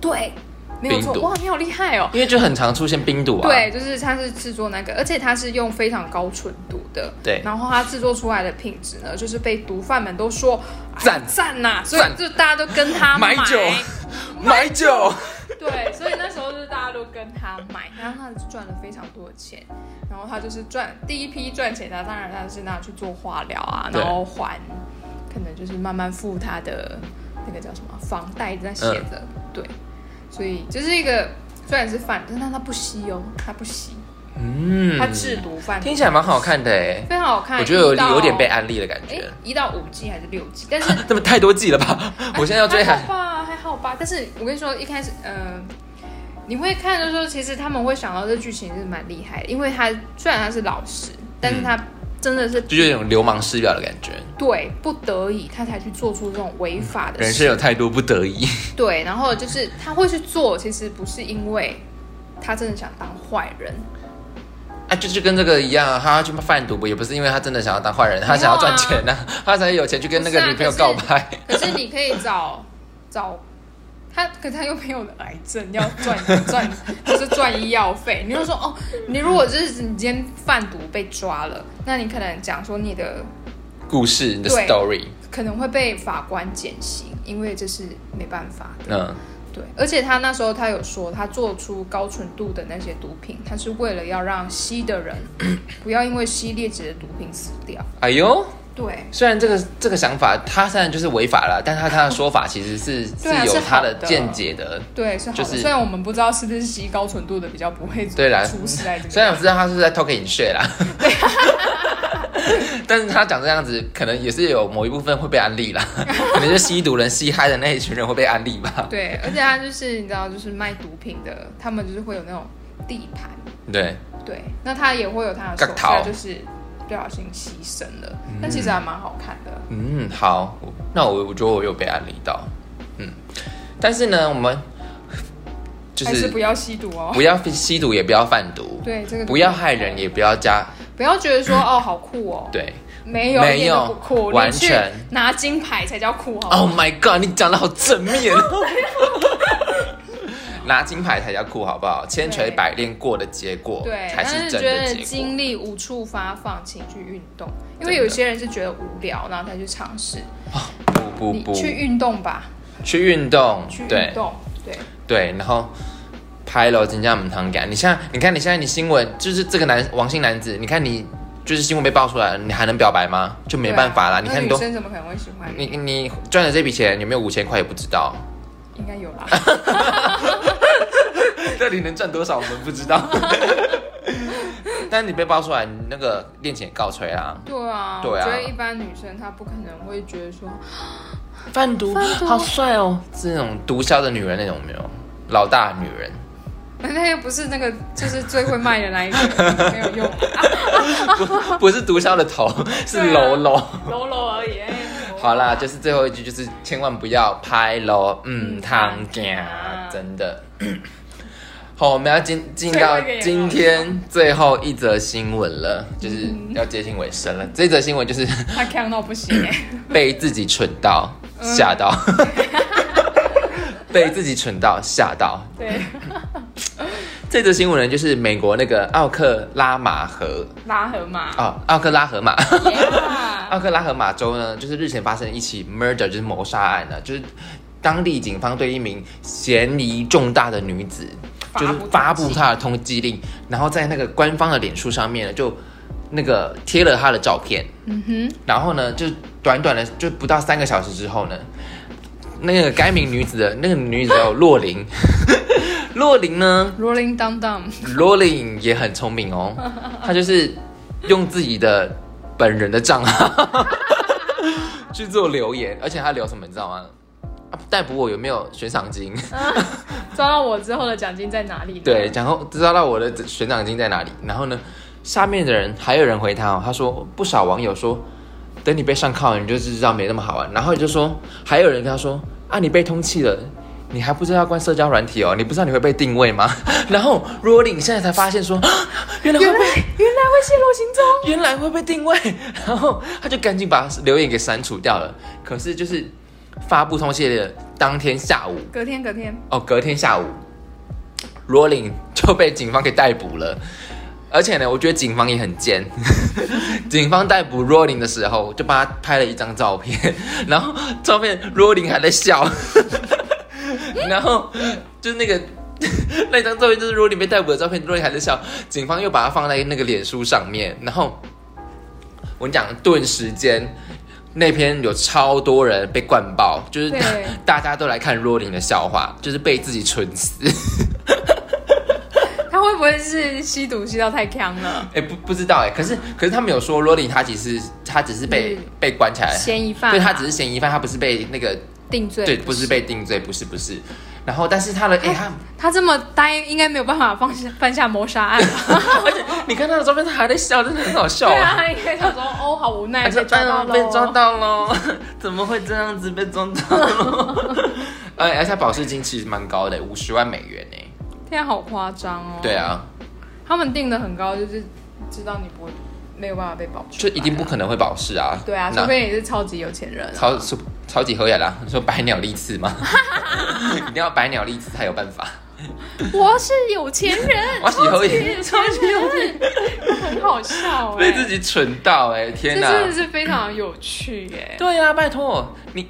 [SPEAKER 2] 对，没有错
[SPEAKER 1] 冰，毒
[SPEAKER 2] 哇，你好厉害哦。
[SPEAKER 1] 因为就很常出现冰毒啊。
[SPEAKER 2] 对，就是它是制作那个，而且它是用非常高纯度的，
[SPEAKER 1] 对
[SPEAKER 2] 然后它制作出来的品质呢，就是被毒贩们都说哎
[SPEAKER 1] 赞
[SPEAKER 2] 赞呐，所以
[SPEAKER 1] 赞
[SPEAKER 2] 就大家都跟他
[SPEAKER 1] 买酒买酒。
[SPEAKER 2] [laughs] 对，所以那时候就是大家都跟他买，然后他就赚了非常多的钱，然后他就是赚第一批赚钱的，当然他是拿去做化疗啊，
[SPEAKER 1] 对
[SPEAKER 2] 然后还，可能就是慢慢付他的那个叫什么房贷那些的，对，所以就是一个虽然是犯，但他他不吸哦，他不吸，
[SPEAKER 1] 嗯，
[SPEAKER 2] 他制毒犯，
[SPEAKER 1] 听起来蛮好看的哎，
[SPEAKER 2] 非常好看，
[SPEAKER 1] 我觉得有
[SPEAKER 2] 一到
[SPEAKER 1] 有点被安利的感
[SPEAKER 2] 哎
[SPEAKER 1] 觉。
[SPEAKER 2] 一到五季还是六季，但是
[SPEAKER 1] 那么太多季了吧？ [laughs]
[SPEAKER 2] [laughs]
[SPEAKER 1] 我现在要追
[SPEAKER 2] 还
[SPEAKER 1] 韩
[SPEAKER 2] 好吧，还好吧。但是我跟你说，一开始，嗯、你会看的时候，其实他们会想到这剧情是蛮厉害的，因为他虽然他是老师，但是他
[SPEAKER 1] 嗯
[SPEAKER 2] 真的是、
[SPEAKER 1] 就有一种流氓世表的感觉。
[SPEAKER 2] 对不得已，他才去做出这种违法的
[SPEAKER 1] 人
[SPEAKER 2] 事。
[SPEAKER 1] 生有太多不得已，
[SPEAKER 2] 对，然后就是他会去做，其实不是因为他真的想当坏人，
[SPEAKER 1] [laughs] 啊，就就跟这个一样啊，他要去贩毒，也不是因为他真的想要当坏人，他想要赚钱
[SPEAKER 2] [laughs]
[SPEAKER 1] 啊，
[SPEAKER 2] 哦
[SPEAKER 1] 他才有钱去跟那个女朋友告白。
[SPEAKER 2] 可是你可以找 [laughs] 找他，可他又没有癌症，要赚赚就是赚医药费。你就说哦，你如果就是你今天贩毒被抓了，那你可能讲说你的
[SPEAKER 1] 故事你的
[SPEAKER 2] 啊对
[SPEAKER 1] story，
[SPEAKER 2] 可能会被法官减刑，因为这是没办法的。
[SPEAKER 1] 嗯，
[SPEAKER 2] 对，而且他那时候他有说，他做出高纯度的那些毒品，他是为了要让吸的人不要因为吸劣质的毒品死掉。
[SPEAKER 1] 哎呦，
[SPEAKER 2] 对，
[SPEAKER 1] 虽然这个这个想法他虽然就是违法了，但他他的说法其实是
[SPEAKER 2] 对啊
[SPEAKER 1] 是有
[SPEAKER 2] 是
[SPEAKER 1] 他
[SPEAKER 2] 好
[SPEAKER 1] 的
[SPEAKER 2] 的
[SPEAKER 1] 见解的。
[SPEAKER 2] 对，是好的。
[SPEAKER 1] 就是
[SPEAKER 2] 虽然我们不知道是不是吸高纯度的比较不会
[SPEAKER 1] 对啦
[SPEAKER 2] 出事还是
[SPEAKER 1] [laughs]
[SPEAKER 2] 怎么样
[SPEAKER 1] 虽然我知道他是在偷给你睡啦， [laughs] 但是他讲这样子，可能也是有某一部分会被安利啦， [laughs] 可能就吸毒人、吸嗨的那一群人会被安利吧。
[SPEAKER 2] 对，而且他就是你知道，就是卖毒品的，他们就是会有那种地盘，
[SPEAKER 1] 对，
[SPEAKER 2] 对，那他也会有他的
[SPEAKER 1] 角
[SPEAKER 2] 手
[SPEAKER 1] 头
[SPEAKER 2] 下，就是不小心牺牲了，但其实还蛮好看的。
[SPEAKER 1] 嗯，好，我那我我觉得我有被安利到，嗯，但是呢，我们就
[SPEAKER 2] 还是
[SPEAKER 1] 是
[SPEAKER 2] 不要吸毒哦
[SPEAKER 1] 不。要吸毒，也不要贩毒，
[SPEAKER 2] 对，这个
[SPEAKER 1] 不要害人，也不要加
[SPEAKER 2] 不要觉得说哦好酷哦，
[SPEAKER 1] 对。
[SPEAKER 2] 没有
[SPEAKER 1] 没有
[SPEAKER 2] 一点都不酷，
[SPEAKER 1] 完
[SPEAKER 2] 你去
[SPEAKER 1] 全
[SPEAKER 2] 拿金牌才叫酷好不好
[SPEAKER 1] Oh my god！你讲的好正
[SPEAKER 2] [laughs]
[SPEAKER 1] 面哦。拿金牌才叫酷，好不好？千锤百炼过的结果，
[SPEAKER 2] 对，
[SPEAKER 1] 哦才
[SPEAKER 2] 但是
[SPEAKER 1] 真
[SPEAKER 2] 觉得
[SPEAKER 1] 的结
[SPEAKER 2] 精
[SPEAKER 1] 果。
[SPEAKER 2] 力无处发放，请去运动，因
[SPEAKER 1] 真
[SPEAKER 2] 为
[SPEAKER 1] 的
[SPEAKER 2] 有些人是觉得无聊，然后才去尝试。
[SPEAKER 1] 不不
[SPEAKER 2] 你
[SPEAKER 1] 不，
[SPEAKER 2] 去运动吧，
[SPEAKER 1] 去运动，
[SPEAKER 2] 去
[SPEAKER 1] 对
[SPEAKER 2] 运动，对，
[SPEAKER 1] 对，然后拍了真相母汤感。你像，你看你现在你新闻就是这个男王姓男子，你看你就是新闻被爆出来了，你还能表白吗？就没
[SPEAKER 2] 对啊
[SPEAKER 1] 办法啦。你
[SPEAKER 2] 那
[SPEAKER 1] 看你
[SPEAKER 2] 女
[SPEAKER 1] 都
[SPEAKER 2] 生怎么可能会喜欢
[SPEAKER 1] 你
[SPEAKER 2] 你？
[SPEAKER 1] 你赚了这笔钱有没有五千块也不知道，
[SPEAKER 2] 应该
[SPEAKER 1] [laughs]
[SPEAKER 2] 有啦，
[SPEAKER 1] 到底能赚多少我们不知道。但你被爆出来，你那个恋情也告吹啦。
[SPEAKER 2] 对啊，
[SPEAKER 1] 对啊
[SPEAKER 2] 我觉得一般女生她不可能会觉得说，
[SPEAKER 1] 贩毒好帅哦，是那种毒枭的女人那种没有，老大女 [laughs] 人，
[SPEAKER 2] 那又不是那个就是最会卖的那一个，没有 [laughs] 用，
[SPEAKER 1] 不是毒枭的头， [laughs] 是
[SPEAKER 2] 对啊
[SPEAKER 1] 喽喽。
[SPEAKER 3] 柔柔而已。
[SPEAKER 1] 好啦，就是最后一句，就是千万不要拍喽，嗯，啊汤家真的。 [coughs] 好，我们要进进到今天最后一则新闻了，就是要接近尾声了。这则新闻就是
[SPEAKER 2] [laughs] 她看到不行哎，
[SPEAKER 1] 被自己蠢到吓到， [laughs] 被自己蠢到吓到。
[SPEAKER 2] 对，
[SPEAKER 1] 这则新闻呢，就是美国那个奥克拉马河
[SPEAKER 2] 拉河马，
[SPEAKER 1] [laughs] 啊、奥克拉荷马。
[SPEAKER 2] Yeah
[SPEAKER 1] 奥克拉荷马州呢，就是日前发生一起 murder，就是谋杀案呢，就是当地警方对一名嫌疑重大的女子，
[SPEAKER 2] 发
[SPEAKER 1] 就是
[SPEAKER 2] 布通缉
[SPEAKER 1] 发布她的通缉令，然后在那个官方的脸书上面呢，就那个贴了她的照片，
[SPEAKER 2] 嗯哼，
[SPEAKER 1] 然后呢，就短短的就不到三个小时之后呢，那个该名女子的那个女子叫洛琳， [laughs] 洛琳呢，
[SPEAKER 2] ，Rolling Down Down，
[SPEAKER 1] 罗琳也很聪明哦，她就是用自己的本人的账号 [laughs] 去做留言，而且她留什么你知道吗？啊逮捕我有没有悬赏金？
[SPEAKER 2] [laughs]
[SPEAKER 1] [laughs]
[SPEAKER 2] 抓到我之后的奖金在哪里呢？
[SPEAKER 1] 对，然后知道到我的悬赏金在哪里。然后呢，下面的人还有人回他哦，他说不少网友说，等你被上铐了你就知道没那么好玩。然后就说还有人跟他说啊，你被通缉了。你还不知道要关社交软体哦？你不知道你会被定位吗？ [laughs] 然后罗琳现在才发现说， [gasps] 啊原来会
[SPEAKER 2] 原来
[SPEAKER 1] 被
[SPEAKER 2] 原来会泄露行踪，
[SPEAKER 1] 原来会被定位，然后他就赶紧把留言给删除掉了。可是就是发布通缉的当天下午，
[SPEAKER 2] 隔天隔天，
[SPEAKER 1] 哦，隔天下午，罗琳就被警方给逮捕了。而且呢，我觉得警方也很贱。 [laughs] 警方逮捕罗琳的时候，就帮他拍了一张照片， [laughs] 然后照片罗琳还在笑， [laughs] 然后就是那个 [laughs] 那张照片就是罗琳被逮捕的照片，罗琳还在笑。警方又把它放在那个脸书上面，然后我跟你讲，顿时间那篇有超多人被灌爆，就是
[SPEAKER 2] 对
[SPEAKER 1] 大家都来看罗琳的笑话，就是被自己蠢死。
[SPEAKER 2] 他会不会是吸毒吸到太强了？
[SPEAKER 1] 哎、不不知道哎、可是可是他们有说罗琳她其实她只是被、
[SPEAKER 2] 嗯
[SPEAKER 1] 被关起来，
[SPEAKER 2] 嫌疑犯啊，
[SPEAKER 1] 哎对她只是嫌疑犯，她不是被那个
[SPEAKER 2] 定罪，
[SPEAKER 1] 对，不是被定罪，不是不是。然后但是她的哎、她
[SPEAKER 2] 他这么呆，应该没有办法放下犯下谋杀案吧？
[SPEAKER 1] 你看她的照片，她还在笑，真的很好笑、
[SPEAKER 2] 对啊，他应该想说哦，好无奈，
[SPEAKER 1] 哎
[SPEAKER 2] 被抓到
[SPEAKER 1] 被抓
[SPEAKER 2] 了。
[SPEAKER 1] 到喽！ [laughs] 怎么会这样子被抓到 [laughs] 喽？而而且它保释金其实蛮高的，五十万美元呢。
[SPEAKER 2] 天啊，好夸张哦！
[SPEAKER 1] 对，啊，
[SPEAKER 2] 他们定的很高，就是知道你不会没有办法被保住，
[SPEAKER 1] 就一定不可能会保释啊。
[SPEAKER 2] 对啊，除
[SPEAKER 1] 那
[SPEAKER 2] 非你是超级有钱人
[SPEAKER 1] [laughs]
[SPEAKER 2] 啊。
[SPEAKER 1] 超超超级合雅啦，你说百鸟立刺吗？ [laughs] 一定要百鸟立刺才有办法。
[SPEAKER 2] 我是有钱人，
[SPEAKER 1] [laughs] 我是有
[SPEAKER 2] 钱，超级有钱人，很好笑
[SPEAKER 1] [laughs]
[SPEAKER 2] 哎、
[SPEAKER 1] 被自己蠢到哎、
[SPEAKER 2] 这
[SPEAKER 1] 天
[SPEAKER 2] 真
[SPEAKER 1] 哪！
[SPEAKER 2] 的是非常有趣哎、
[SPEAKER 1] 对啊，拜托你。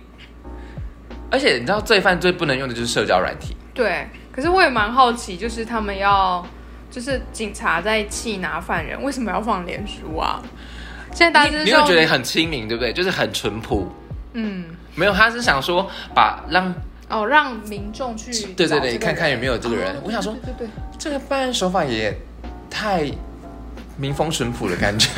[SPEAKER 1] 而且你知道，罪犯最不能用的就是社交软体。
[SPEAKER 2] 对，可是我也蛮好奇，就是他们要，就是警察在缉拿犯人，为什么要放脸书啊？现在大家就是
[SPEAKER 1] 你会
[SPEAKER 2] 用
[SPEAKER 1] 觉得很亲民，对不对？就是很淳朴。
[SPEAKER 2] 嗯，
[SPEAKER 1] 没有，他是想说把让
[SPEAKER 2] 哦，让民众去
[SPEAKER 1] 对对
[SPEAKER 2] 找这个
[SPEAKER 1] 对，
[SPEAKER 2] 人
[SPEAKER 1] 看看有没有这个人
[SPEAKER 2] 哦。
[SPEAKER 1] 我想说，
[SPEAKER 2] 对对对，
[SPEAKER 1] 这个办案手法也太民风淳朴的感觉，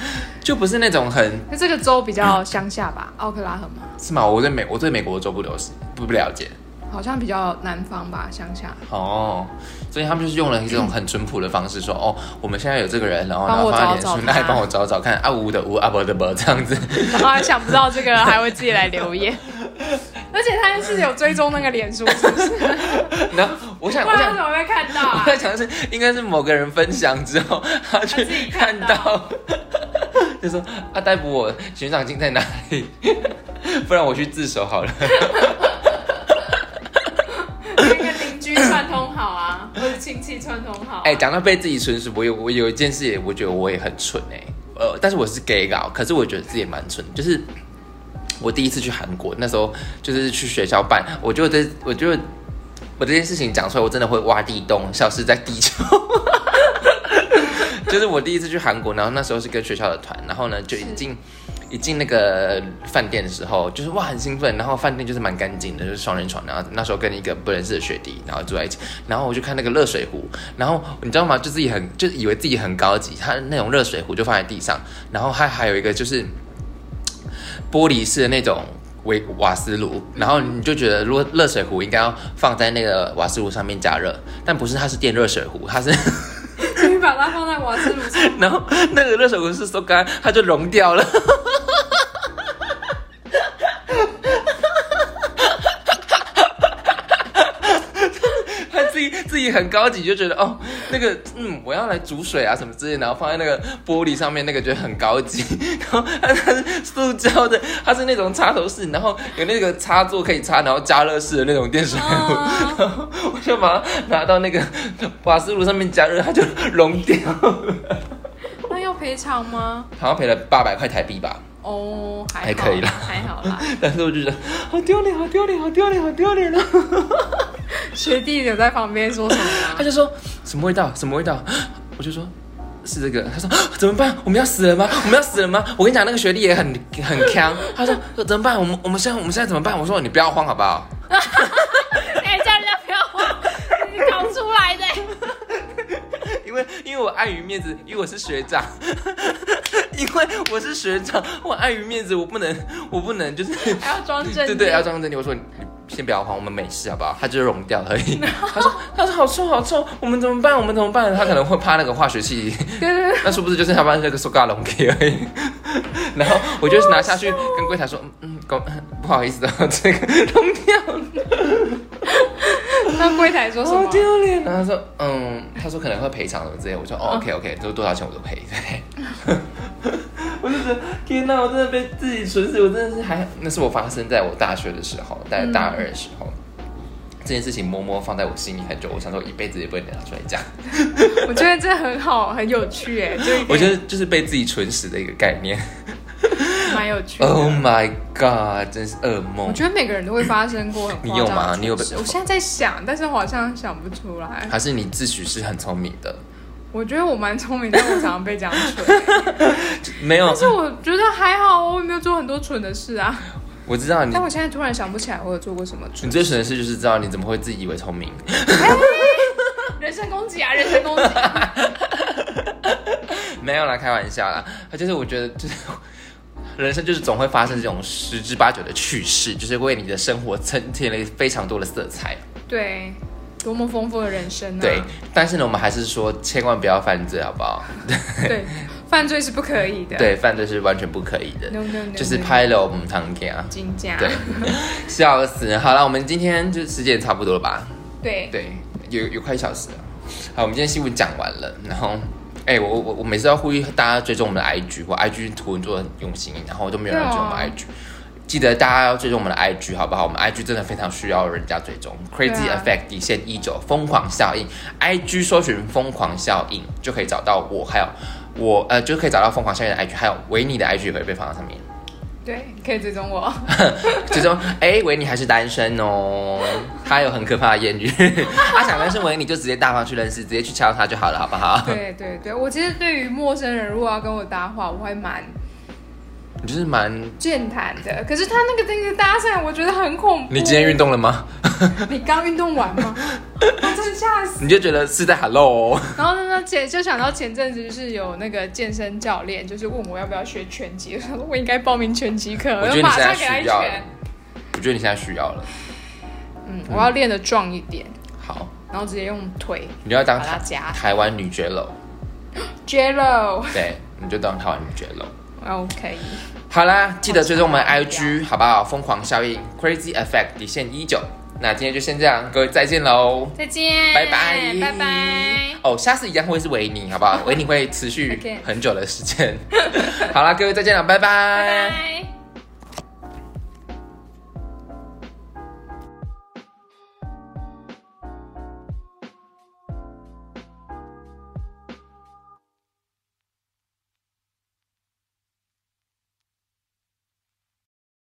[SPEAKER 1] [laughs] 就不是那种很
[SPEAKER 2] 那这个
[SPEAKER 1] [coughs]
[SPEAKER 2] 州比较乡下吧，奥克拉荷马。
[SPEAKER 1] 是吗？我对美我对美国州不了解，不不了解。
[SPEAKER 2] 好像比较南方吧，乡下。 [laughs]
[SPEAKER 1] 哦，所以他们就是用了一种很淳朴的方式说，哦，我们现在有这个人，然后然
[SPEAKER 2] 帮
[SPEAKER 1] 后
[SPEAKER 2] 我
[SPEAKER 1] 放在脸
[SPEAKER 2] 找找
[SPEAKER 1] 书，那
[SPEAKER 2] 他
[SPEAKER 1] 你帮我找找看，啊无的无，啊不的不，这样子。
[SPEAKER 2] 然后还啊想不到这个，还会自己来留言。 [laughs] 而且他是有追踪那个脸书，是不
[SPEAKER 1] [laughs]
[SPEAKER 2] 是？
[SPEAKER 1] 然后我想，
[SPEAKER 3] 不
[SPEAKER 1] 我
[SPEAKER 3] 然
[SPEAKER 1] 想
[SPEAKER 3] 怎。么会看到
[SPEAKER 1] 我
[SPEAKER 3] 啊？
[SPEAKER 1] 在想是，应该是某个人分享之后，他去
[SPEAKER 3] 自己
[SPEAKER 1] 看
[SPEAKER 3] 看
[SPEAKER 1] 到，
[SPEAKER 3] 到
[SPEAKER 1] 就说啊，逮捕我，悬赏金在哪里？ [laughs] 不然我去自首好了。
[SPEAKER 3] 跟邻居串通好啊，或者亲戚串通好啊。
[SPEAKER 1] 哎、讲到被自己蠢死，我有我有一件事也，我觉得我也很蠢哎、呃，但是我是 gay 佬，可是我觉得自己也蛮蠢，就是我第一次去韩国，那时候就是去学校办，我就这，我就我这件事情讲出来，我真的会挖地洞，消失在地球。 [laughs] 就是我第一次去韩国，然后那时候是跟学校的团，然后呢就一进一进那个饭店的时候，就是哇很兴奋，然后饭店就是蛮干净的，就是双人床，然后那时候跟一个不认识的学弟，然后住在一起，然后我就看那个热水壶，然后你知道吗？就自己很就以为自己很高级，他那种热水壶就放在地上，然后它还有一个就是玻璃式的那种。微瓦斯炉，然后你就觉得，如果热水壶应该要放在那个瓦斯炉上面加热，但不是，它是电热水壶，它是
[SPEAKER 2] [laughs] 你把它放在瓦斯炉上，
[SPEAKER 1] [laughs] 然后那个热水壶是收干，它就融掉了。 [laughs] 他自己自己很高级，就觉得哦，那个嗯，我要来煮水啊什么之类的，然后放在那个玻璃上面，那个觉得很高级。 [laughs] 然后它它是塑胶的，它是那种插头式，然后有那个插座可以插，然后加热式的那种电水壶。
[SPEAKER 3] 嗯
[SPEAKER 1] [laughs] 然后我就把它拿到那个瓦斯炉上面加热，它就融掉了。
[SPEAKER 2] 那要赔偿吗？
[SPEAKER 1] 好像赔了八百块台币吧， [laughs]
[SPEAKER 2] 哦，还好
[SPEAKER 1] 还可以啦
[SPEAKER 2] 还好啦。
[SPEAKER 1] 但是我就觉得好丢脸，好丢脸，好丢脸，好丢脸啊！
[SPEAKER 2] 学弟有在旁边说什么
[SPEAKER 1] [laughs] 他
[SPEAKER 2] 吗？
[SPEAKER 1] 就说什么味道，什么味道，我就说。是这个，他说 [gasps] 怎么办？我们要死了吗？我们要死了吗？我跟你讲，那个学历也很很强。 [laughs] 他说怎么办？我们我们现在我们现在怎么办？我说你不要慌好不好？
[SPEAKER 3] 哎，叫人家不要
[SPEAKER 2] [laughs]
[SPEAKER 3] 慌，你搞出来的。
[SPEAKER 1] 因为因为我碍于面子，因为我是学长， [laughs] 因为我是学长，我碍于面子，我不能我不能就是
[SPEAKER 2] 还要装正经？
[SPEAKER 1] 对对对，要装正经。我说你先不要慌，我们没事好不好？他就是融掉而已。他说他说好臭好臭，我们怎么办？我们怎么办？他可能会怕那个化学气，
[SPEAKER 2] 对对对，
[SPEAKER 1] 那是不是就是他把那个塑胶溶给而已？ [laughs] 然后我就拿下去跟柜台说，嗯，嗯公 [laughs] 不好意思啊，这个溶掉了，
[SPEAKER 2] 那柜台说什
[SPEAKER 1] 好
[SPEAKER 2] 么？
[SPEAKER 1] 丢脸。然后他说，嗯，他说可能会赔偿什么之类的。我说，哦，OK OK，都多少钱我都赔。对。 [laughs] 我就觉得天哪，我真的被自己蠢死，我真的是还嗯那是我发生在我大学的时候，在大二的时候。这件事情默默放在我心里很久，我想说我一辈子也不会拿出来讲。 [laughs]
[SPEAKER 2] 我觉得这很好，很有趣哎，就
[SPEAKER 1] 我觉得就是被自己蠢死的一个概 [laughs] 念。
[SPEAKER 2] 蛮有趣的。
[SPEAKER 1] Oh my god，真是噩梦。
[SPEAKER 2] 我觉得每个人都会发生过很夸张的
[SPEAKER 1] 你有吗
[SPEAKER 2] 蠢事
[SPEAKER 1] 你有被
[SPEAKER 2] 我现在在想，但是我好像想不出来。
[SPEAKER 1] 还是你自诩是很聪明的？
[SPEAKER 2] 我觉得我蛮聪明，但我常常被这样
[SPEAKER 1] [laughs]
[SPEAKER 2] 蠢。
[SPEAKER 1] 没有
[SPEAKER 2] 但，是我觉得还好，我也没有做很多蠢的事啊。
[SPEAKER 1] 我知道你
[SPEAKER 2] 但，我现在突然想不起来我有做过什么蠢
[SPEAKER 1] 你。最蠢的事就是知道你怎么会自己以为聪明。嗯
[SPEAKER 3] 人身攻击啊，人身攻
[SPEAKER 1] [laughs]
[SPEAKER 3] 击！
[SPEAKER 1] 没有啦，开玩笑啦。就是我觉得，就是人生就是总会发生这种十之八九的趣事，就是为你的生活增添了非常多的色彩。
[SPEAKER 2] 对，多么丰富的人生啊！
[SPEAKER 1] 对，但是呢，我们还是说千万不要犯罪，好不好？ [laughs]
[SPEAKER 2] 对，犯罪是不可以的。
[SPEAKER 1] 对，犯罪是完全不可以的
[SPEAKER 2] No, no, no,
[SPEAKER 1] 就是
[SPEAKER 2] no.
[SPEAKER 1] 拍了我们堂家。
[SPEAKER 2] 金家。
[SPEAKER 1] 对，笑死！好了，我们今天就时间也差不多了吧？
[SPEAKER 2] 对
[SPEAKER 1] 对，有有快一小时了。好，我们今天新闻讲完了，然后，哎、我我我每次要呼吁大家追踪我们的 IG，我 IG 图文做的很用心，然后都没有人追
[SPEAKER 2] 啊
[SPEAKER 1] 踪我们的 IG。记得大家要追踪我们的 IG 好不好？我们 IG 真的非常需要人家追踪。Crazy
[SPEAKER 2] 啊
[SPEAKER 1] Effect 底线一九疯狂效应，IG 搜寻疯狂效应就可以找到我，还有我呃就可以找到疯狂效应的 IG，还有维尼的 IG 也会被放到上面。
[SPEAKER 2] 对，可以追
[SPEAKER 1] [laughs]
[SPEAKER 2] 踪我。
[SPEAKER 1] 最终，哎、维尼还是单身哦，他有很可怕的艳遇。 [laughs] 他想认识维尼，就直接大方去认识，直接去敲他就好了，好不好？
[SPEAKER 2] 对对对，我其实对于陌生人如果要跟我搭话，我会蛮
[SPEAKER 1] 你就是蛮……
[SPEAKER 2] 健谈的。可是他那个那个搭讪，我觉得很恐怖。
[SPEAKER 1] 你今天运？动了吗？
[SPEAKER 2] 你刚运动
[SPEAKER 1] [laughs]
[SPEAKER 2] 完吗？我真的吓死。
[SPEAKER 1] 你就觉得是在 hello，
[SPEAKER 2] 然后呢，姐就想到前阵子就是有那个健身教练，就是问我要不要学拳击，我想说我应该报名拳击课，
[SPEAKER 1] 我觉得
[SPEAKER 2] 就
[SPEAKER 1] 你
[SPEAKER 2] 马
[SPEAKER 1] 现在
[SPEAKER 2] 上给他一
[SPEAKER 1] 需要
[SPEAKER 2] 拳。
[SPEAKER 1] 我觉得你现在需要了。
[SPEAKER 2] 嗯，我要练得壮一点，
[SPEAKER 1] 好，
[SPEAKER 2] 然后直接用腿
[SPEAKER 1] 你就要当
[SPEAKER 2] 把它
[SPEAKER 1] 台
[SPEAKER 2] 夹
[SPEAKER 1] 台湾女角楼，
[SPEAKER 2] j l
[SPEAKER 1] 对，你就当台湾女角楼。
[SPEAKER 2] o 可以，
[SPEAKER 1] 好啦，记得追踪我们
[SPEAKER 2] 好想要
[SPEAKER 1] IG 好不好？疯狂效应 Crazy Effect 底线一九。那今天就先这样，各位再见喽，
[SPEAKER 2] 再见，
[SPEAKER 1] 拜拜，
[SPEAKER 2] 拜拜。。
[SPEAKER 1] 哦，下次一样会是维尼，好 [laughs] 不好？维尼会持续
[SPEAKER 2] OK
[SPEAKER 1] 很久的时间。好啦，各位再见了，拜
[SPEAKER 2] 拜拜